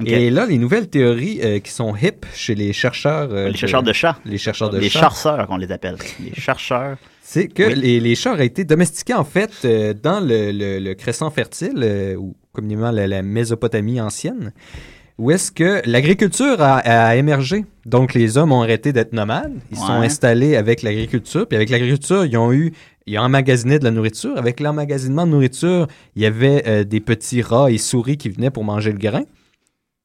Speaker 5: Ok.
Speaker 9: Et là, les nouvelles théories euh, qui sont hip chez les chercheurs... euh,
Speaker 5: les chercheurs de chats.
Speaker 9: Les chercheurs de
Speaker 5: Les
Speaker 9: chats.
Speaker 5: chasseurs, qu'on les appelle. Les chercheurs.
Speaker 9: C'est que les, les chats auraient été domestiqués, en fait, euh, dans le, le- le crescent fertile, euh, ou communément la, la Mésopotamie ancienne, où est-ce que l'agriculture a, a émergé. Donc, les hommes ont arrêté d'être nomades. Ils se sont
Speaker 16: Ouais.
Speaker 9: installés avec l'agriculture. Puis avec l'agriculture, ils ont eu... Ils ont emmagasiné de la nourriture. Avec l'emmagasinement de nourriture, il y avait euh, des petits rats et souris qui venaient pour manger le grain.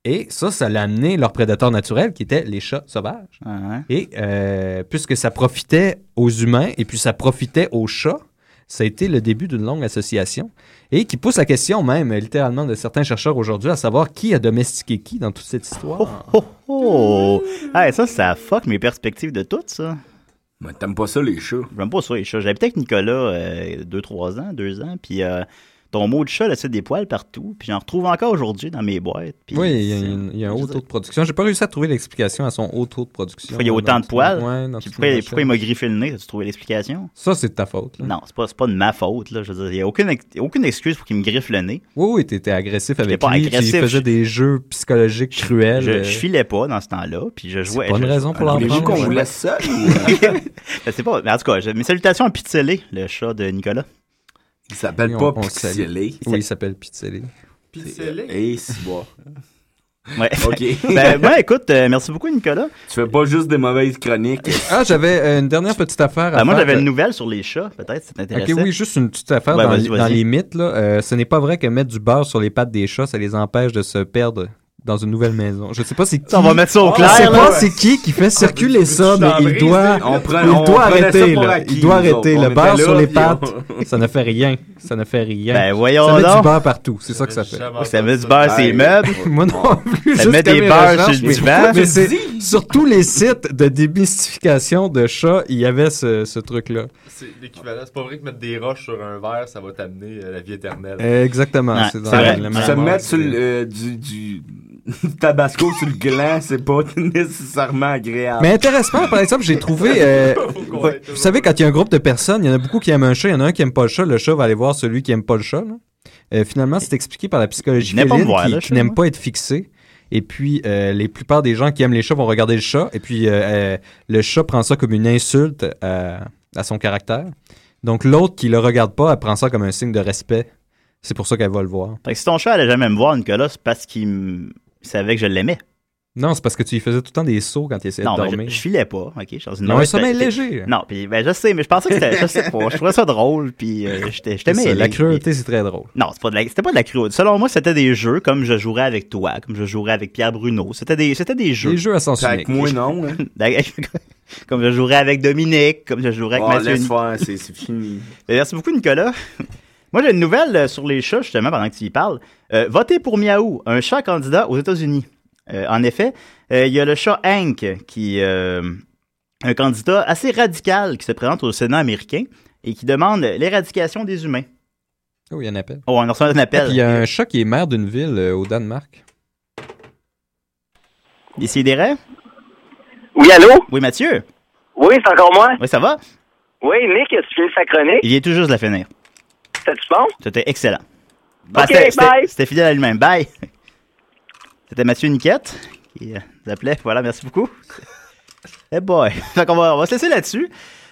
Speaker 9: Et ça, ça l'a amené leur prédateur naturel, qui était les chats sauvages.
Speaker 5: Uh-huh.
Speaker 9: Et euh, puisque ça profitait aux humains et puis ça profitait aux chats, ça a été le début d'une longue association et qui pousse la question même, euh, littéralement, de certains chercheurs aujourd'hui à savoir qui a domestiqué qui dans toute cette histoire.
Speaker 5: Oh, oh. Hey, ça, ça fuck mes perspectives de tout, ça.
Speaker 15: Mais t'aimes pas ça, les chats?
Speaker 5: J'aime pas ça, les chats. J'habitais avec Nicolas 2-3 ans, 2 ans, puis euh, ton mot de chat laissait des poils partout, puis j'en retrouve encore aujourd'hui dans mes boîtes. puis
Speaker 9: Oui, il y a, une- il y a un haut taux de production. J'ai pas réussi à trouver l'explication à son haut taux de production.
Speaker 5: Pourquoi il y a
Speaker 9: Dans
Speaker 5: autant de
Speaker 9: tout-
Speaker 5: poils?
Speaker 9: Ouais, dans
Speaker 5: Puis
Speaker 9: tout
Speaker 5: pourquoi,
Speaker 9: le
Speaker 5: pourquoi il m'a griffé le nez? As-tu trouvé l'explication?
Speaker 9: Ça, c'est de ta faute.
Speaker 5: Non, c'est pas, c'est pas de ma faute. Là. Je veux dire, il n'y a aucune, ex- aucune excuse pour qu'il me griffe le nez.
Speaker 9: Oui, oui, t'étais agressif avec
Speaker 5: pas
Speaker 9: lui, puis
Speaker 5: agressif.
Speaker 9: il faisait des jeux psychologiques cruels.
Speaker 5: Je,
Speaker 9: euh,
Speaker 5: je filais pas dans ce temps-là, puis je jouais.
Speaker 9: pas une
Speaker 5: je-
Speaker 9: raison pour
Speaker 5: Ah,
Speaker 9: l'en
Speaker 5: voulez-vous
Speaker 9: prendre, ouais.
Speaker 15: seul?
Speaker 5: euh? Je sais pas. Mais en tout cas, je- mes salutations à Pizzellé, le chat de Nicolas.
Speaker 15: Il s'appelle
Speaker 9: Oui,
Speaker 15: pas
Speaker 9: on- on le salue.
Speaker 15: Pizzellé.
Speaker 9: Oui, il s'appelle Pizzellé.
Speaker 15: Pizzellé? Eh, c'est bon.
Speaker 5: Ouais.
Speaker 15: OK.
Speaker 5: ben, ouais, écoute, euh, merci beaucoup, Nicolas.
Speaker 15: Tu fais pas juste des mauvaises chroniques.
Speaker 9: Ah, j'avais euh, une dernière petite affaire à
Speaker 5: Ben, moi,
Speaker 9: faire. euh,
Speaker 5: j'avais une nouvelle sur les chats, peut-être, ça t'intéresse.
Speaker 9: Ok, oui, juste une petite affaire
Speaker 5: Ouais,
Speaker 9: dans,
Speaker 5: vas-y,
Speaker 9: dans
Speaker 5: vas-y.
Speaker 9: les mythes. Là. Euh, ce n'est pas vrai que mettre du beurre sur les pattes des chats, ça les empêche de se perdre dans une nouvelle maison. Je ne sais pas c'est qui.
Speaker 5: Ça, on va mettre ça au
Speaker 9: Je
Speaker 5: clair,
Speaker 9: sais
Speaker 5: là.
Speaker 9: pas
Speaker 5: Ouais.
Speaker 9: c'est qui qui fait circuler ça, mais il
Speaker 5: t'embrises,
Speaker 9: doit,
Speaker 5: on prend-
Speaker 9: il
Speaker 5: on
Speaker 9: doit
Speaker 5: prenait ça
Speaker 9: arrêter.
Speaker 5: pour
Speaker 9: là.
Speaker 5: acquis,
Speaker 9: Il doit
Speaker 5: nous
Speaker 9: arrêter.
Speaker 5: autres.
Speaker 9: Le
Speaker 5: On
Speaker 9: beurre
Speaker 5: était
Speaker 9: sur
Speaker 5: là,
Speaker 9: les
Speaker 5: puis
Speaker 9: pattes,
Speaker 5: on-
Speaker 9: ça ne fait rien. Ça ne fait rien.
Speaker 5: Ben, voyons
Speaker 9: Ça met
Speaker 5: donc.
Speaker 9: du beurre partout. C'est ça que ça fait.
Speaker 5: Ça met du beurre sur les meubles.
Speaker 9: Moi non plus.
Speaker 5: Ça met
Speaker 9: jusqu'à
Speaker 5: des
Speaker 9: mes
Speaker 5: beurres
Speaker 9: recherches,
Speaker 5: sur le
Speaker 9: mais-
Speaker 5: divan.
Speaker 9: Mais c'est sur tous les sites de démystification de chats, il y avait ce, ce truc-là.
Speaker 7: C'est l'équivalent. C'est pas vrai que mettre des roches sur un verre, ça va t'amener euh, la vie éternelle.
Speaker 9: Euh, exactement, Ouais, c'est dans c'est vrai. la même
Speaker 15: Se
Speaker 9: mort,
Speaker 15: mettre sur
Speaker 9: c'est-
Speaker 15: le, euh, du, du du tabasco sur le gland, c'est pas nécessairement agréable.
Speaker 9: Mais intéressant, par exemple, j'ai trouvé. euh, vous savez, quand il y a un groupe de personnes, il y en a beaucoup qui aiment un chat, il y en a un qui aime pas le chat, le chat va aller voir celui qui aime pas le chat. là. Euh, finalement, c'est expliqué par la psychologie
Speaker 5: Il venait pas me
Speaker 9: féline
Speaker 5: voir,
Speaker 9: qui,
Speaker 5: là,
Speaker 9: qui
Speaker 5: chez
Speaker 9: n'aime
Speaker 5: moi.
Speaker 9: pas être fixé. Et puis, euh, les plupart des gens qui aiment les chats vont regarder le chat. Et puis, euh, euh, le chat prend ça comme une insulte à, à son caractère. Donc, l'autre qui le regarde pas, elle prend ça comme un signe de respect. C'est pour ça qu'elle va le voir.
Speaker 5: Fait que si ton chat allait jamais me voir, Nicolas, c'est parce qu'il m- il savait que je l'aimais.
Speaker 9: Non, c'est parce que tu lui faisais tout le temps des sauts quand il essayait
Speaker 5: Non,
Speaker 9: de
Speaker 5: ben,
Speaker 9: dormir.
Speaker 5: je, je filais pas, ok? Je suis dans une
Speaker 9: Ils ont
Speaker 5: mauvaise-
Speaker 9: un sommeil
Speaker 5: c'était-
Speaker 9: léger. hein.
Speaker 5: Non, puis ben, je sais, mais je pensais que c'était. je sais pas, je trouvais ça drôle, puis euh, j'étais- je
Speaker 9: C'est ça,
Speaker 5: t'aimais.
Speaker 9: La cruauté, c'est très drôle.
Speaker 5: Non, c'est pas de la- c'était pas de la cruauté. Selon moi, c'était des jeux comme je jouerais avec toi, comme je jouerais avec Pierre Bruno. C'était des, c'était des jeux.
Speaker 9: Des jeux à sens
Speaker 5: Fait
Speaker 9: unique.
Speaker 5: que
Speaker 15: hein.
Speaker 5: comme je jouerais avec Dominique, comme je jouerais avec
Speaker 15: Oh,
Speaker 5: Mathieu.
Speaker 15: laisse faire, c'est c'est fini.
Speaker 5: Ben, Merci beaucoup, Nicolas. Moi, j'ai une nouvelle euh, sur les chats, justement, pendant que tu y parles. Euh, votez pour Miaou, un chat candidat aux États-Unis. Euh, en effet, euh, il y a le chat Hank, qui est euh, un candidat assez radical qui se présente au Sénat américain et qui demande l'éradication des humains.
Speaker 9: Oh, il y en a un appel.
Speaker 5: Oh, on a reçu un appel.
Speaker 9: Ah, puis Il y a un chat qui est maire d'une ville euh, au Danemark.
Speaker 5: Décidérez?
Speaker 14: Oui, allô?
Speaker 5: Oui, Mathieu?
Speaker 14: Oui, c'est encore moi?
Speaker 5: Oui, ça va?
Speaker 14: Oui, Nick, tu finis sa chronique?
Speaker 5: Il vient tout juste de la finir.
Speaker 14: C'était-tu bon?
Speaker 5: C'était excellent. Ah,
Speaker 14: Ok,
Speaker 5: c'était- c'était-
Speaker 14: bye.
Speaker 5: C'était fidèle à lui-même. Bye. C'était Mathieu Niquette qui euh, nous appelait. Voilà, merci beaucoup. Eh boy. Fait qu'on va, on va se laisser là-dessus.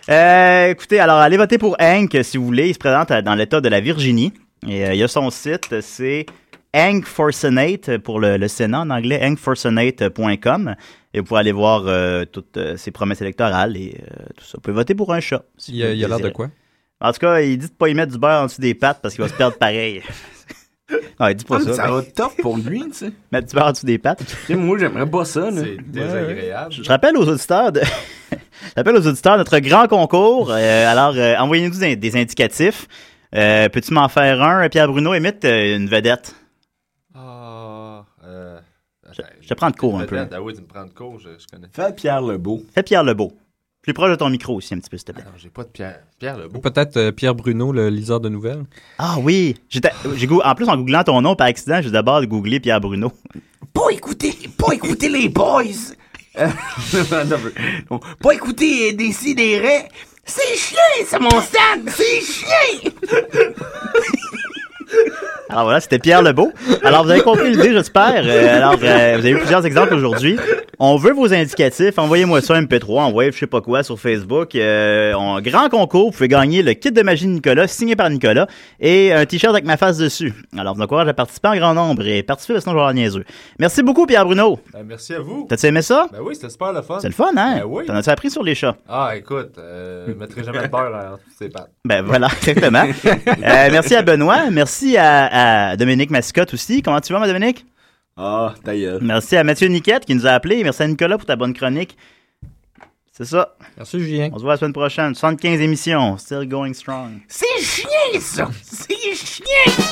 Speaker 5: Euh, écoutez, alors allez voter pour Hank si vous voulez. Il se présente euh, dans l'État de la Virginie. Et euh, il y a son site, c'est Hank Forsenate pour le, le Sénat en anglais, hankforsenate.com. Et vous pouvez aller voir euh, toutes euh, ses promesses électorales et euh, tout ça. Vous pouvez voter pour un chat. si
Speaker 9: Il y a-
Speaker 5: vous
Speaker 9: il y a l'air de
Speaker 5: désirez.
Speaker 9: quoi?
Speaker 5: En tout cas, il dit de pas y mettre du beurre en dessous des pattes parce qu'il va se perdre pareil. non, il dit pas
Speaker 15: Ah,
Speaker 5: ça.
Speaker 15: ça
Speaker 5: mais-
Speaker 15: va top pour lui, tu sais.
Speaker 5: Mettre du beurre en dessous des pattes.
Speaker 15: Tu sais, Moi, j'aimerais pas ça. là.
Speaker 7: C'est désagréable.
Speaker 5: Je rappelle aux auditeurs de... je rappelle aux auditeurs notre grand concours. Euh, alors, euh, envoyez-nous des, des indicatifs. Euh, Peux-tu m'en faire un, Pierre Bruno, émite euh, une vedette?
Speaker 7: Ah, euh,
Speaker 5: Je, je te prends de court un peu.
Speaker 7: Ah oui, tu me prends de court, je, je connais.
Speaker 15: Fais Pierre Lebeau.
Speaker 5: Fais Pierre Lebeau. Plus proche de ton micro aussi, un petit peu, s'il te plaît.
Speaker 7: J'ai pas de Pierre. Pierre Lebeau.
Speaker 9: Peut-être euh, Pierre Bruno, le liseur de nouvelles.
Speaker 5: Ah oui! J'étais- j'ai gou- En plus, en googlant ton nom par accident, j'ai d'abord googlé Pierre Bruno.
Speaker 15: Pas écouter, pas écouter les boys. Euh, attends un peu. Non, pas écouter des sidérés. C'est chiant, c'est mon stade, c'est chiant.
Speaker 5: Alors voilà, c'était Pierre Lebeau. Alors vous avez compris l'idée, j'espère. Euh, alors euh, vous avez eu plusieurs exemples aujourd'hui. On veut vos indicatifs. Envoyez-moi ça MP3, envoyez je sais pas quoi sur Facebook. Euh, en grand concours, vous pouvez gagner le kit de magie de Nicolas signé par Nicolas et un t-shirt avec ma face dessus. Alors vous encourage à participer en grand nombre et participer sinon je vais avoir niaiseux. Merci beaucoup Pierre Bruno.
Speaker 7: Ben, merci à vous.
Speaker 5: T'as-tu aimé ça?
Speaker 7: Ben oui, c'était super le fun.
Speaker 5: C'est le fun, hein?
Speaker 7: Ben oui.
Speaker 5: T'en as-tu appris sur les chats?
Speaker 7: Ah, écoute, euh, je mettrai jamais de beurre à ses pattes.
Speaker 5: Ben voilà, exactement. Euh, merci à Benoît. Merci à, à Dominique Mascotte aussi. Comment tu vas, ma Dominique?
Speaker 15: Ah, ta gueule.
Speaker 5: Merci à Mathieu Niquette qui nous a appelés. Merci à Nicolas pour ta bonne chronique. C'est ça.
Speaker 16: Merci, Julien.
Speaker 5: On se voit la semaine prochaine. 75 émissions. Still going strong.
Speaker 4: C'est chien, ça! C'est chien!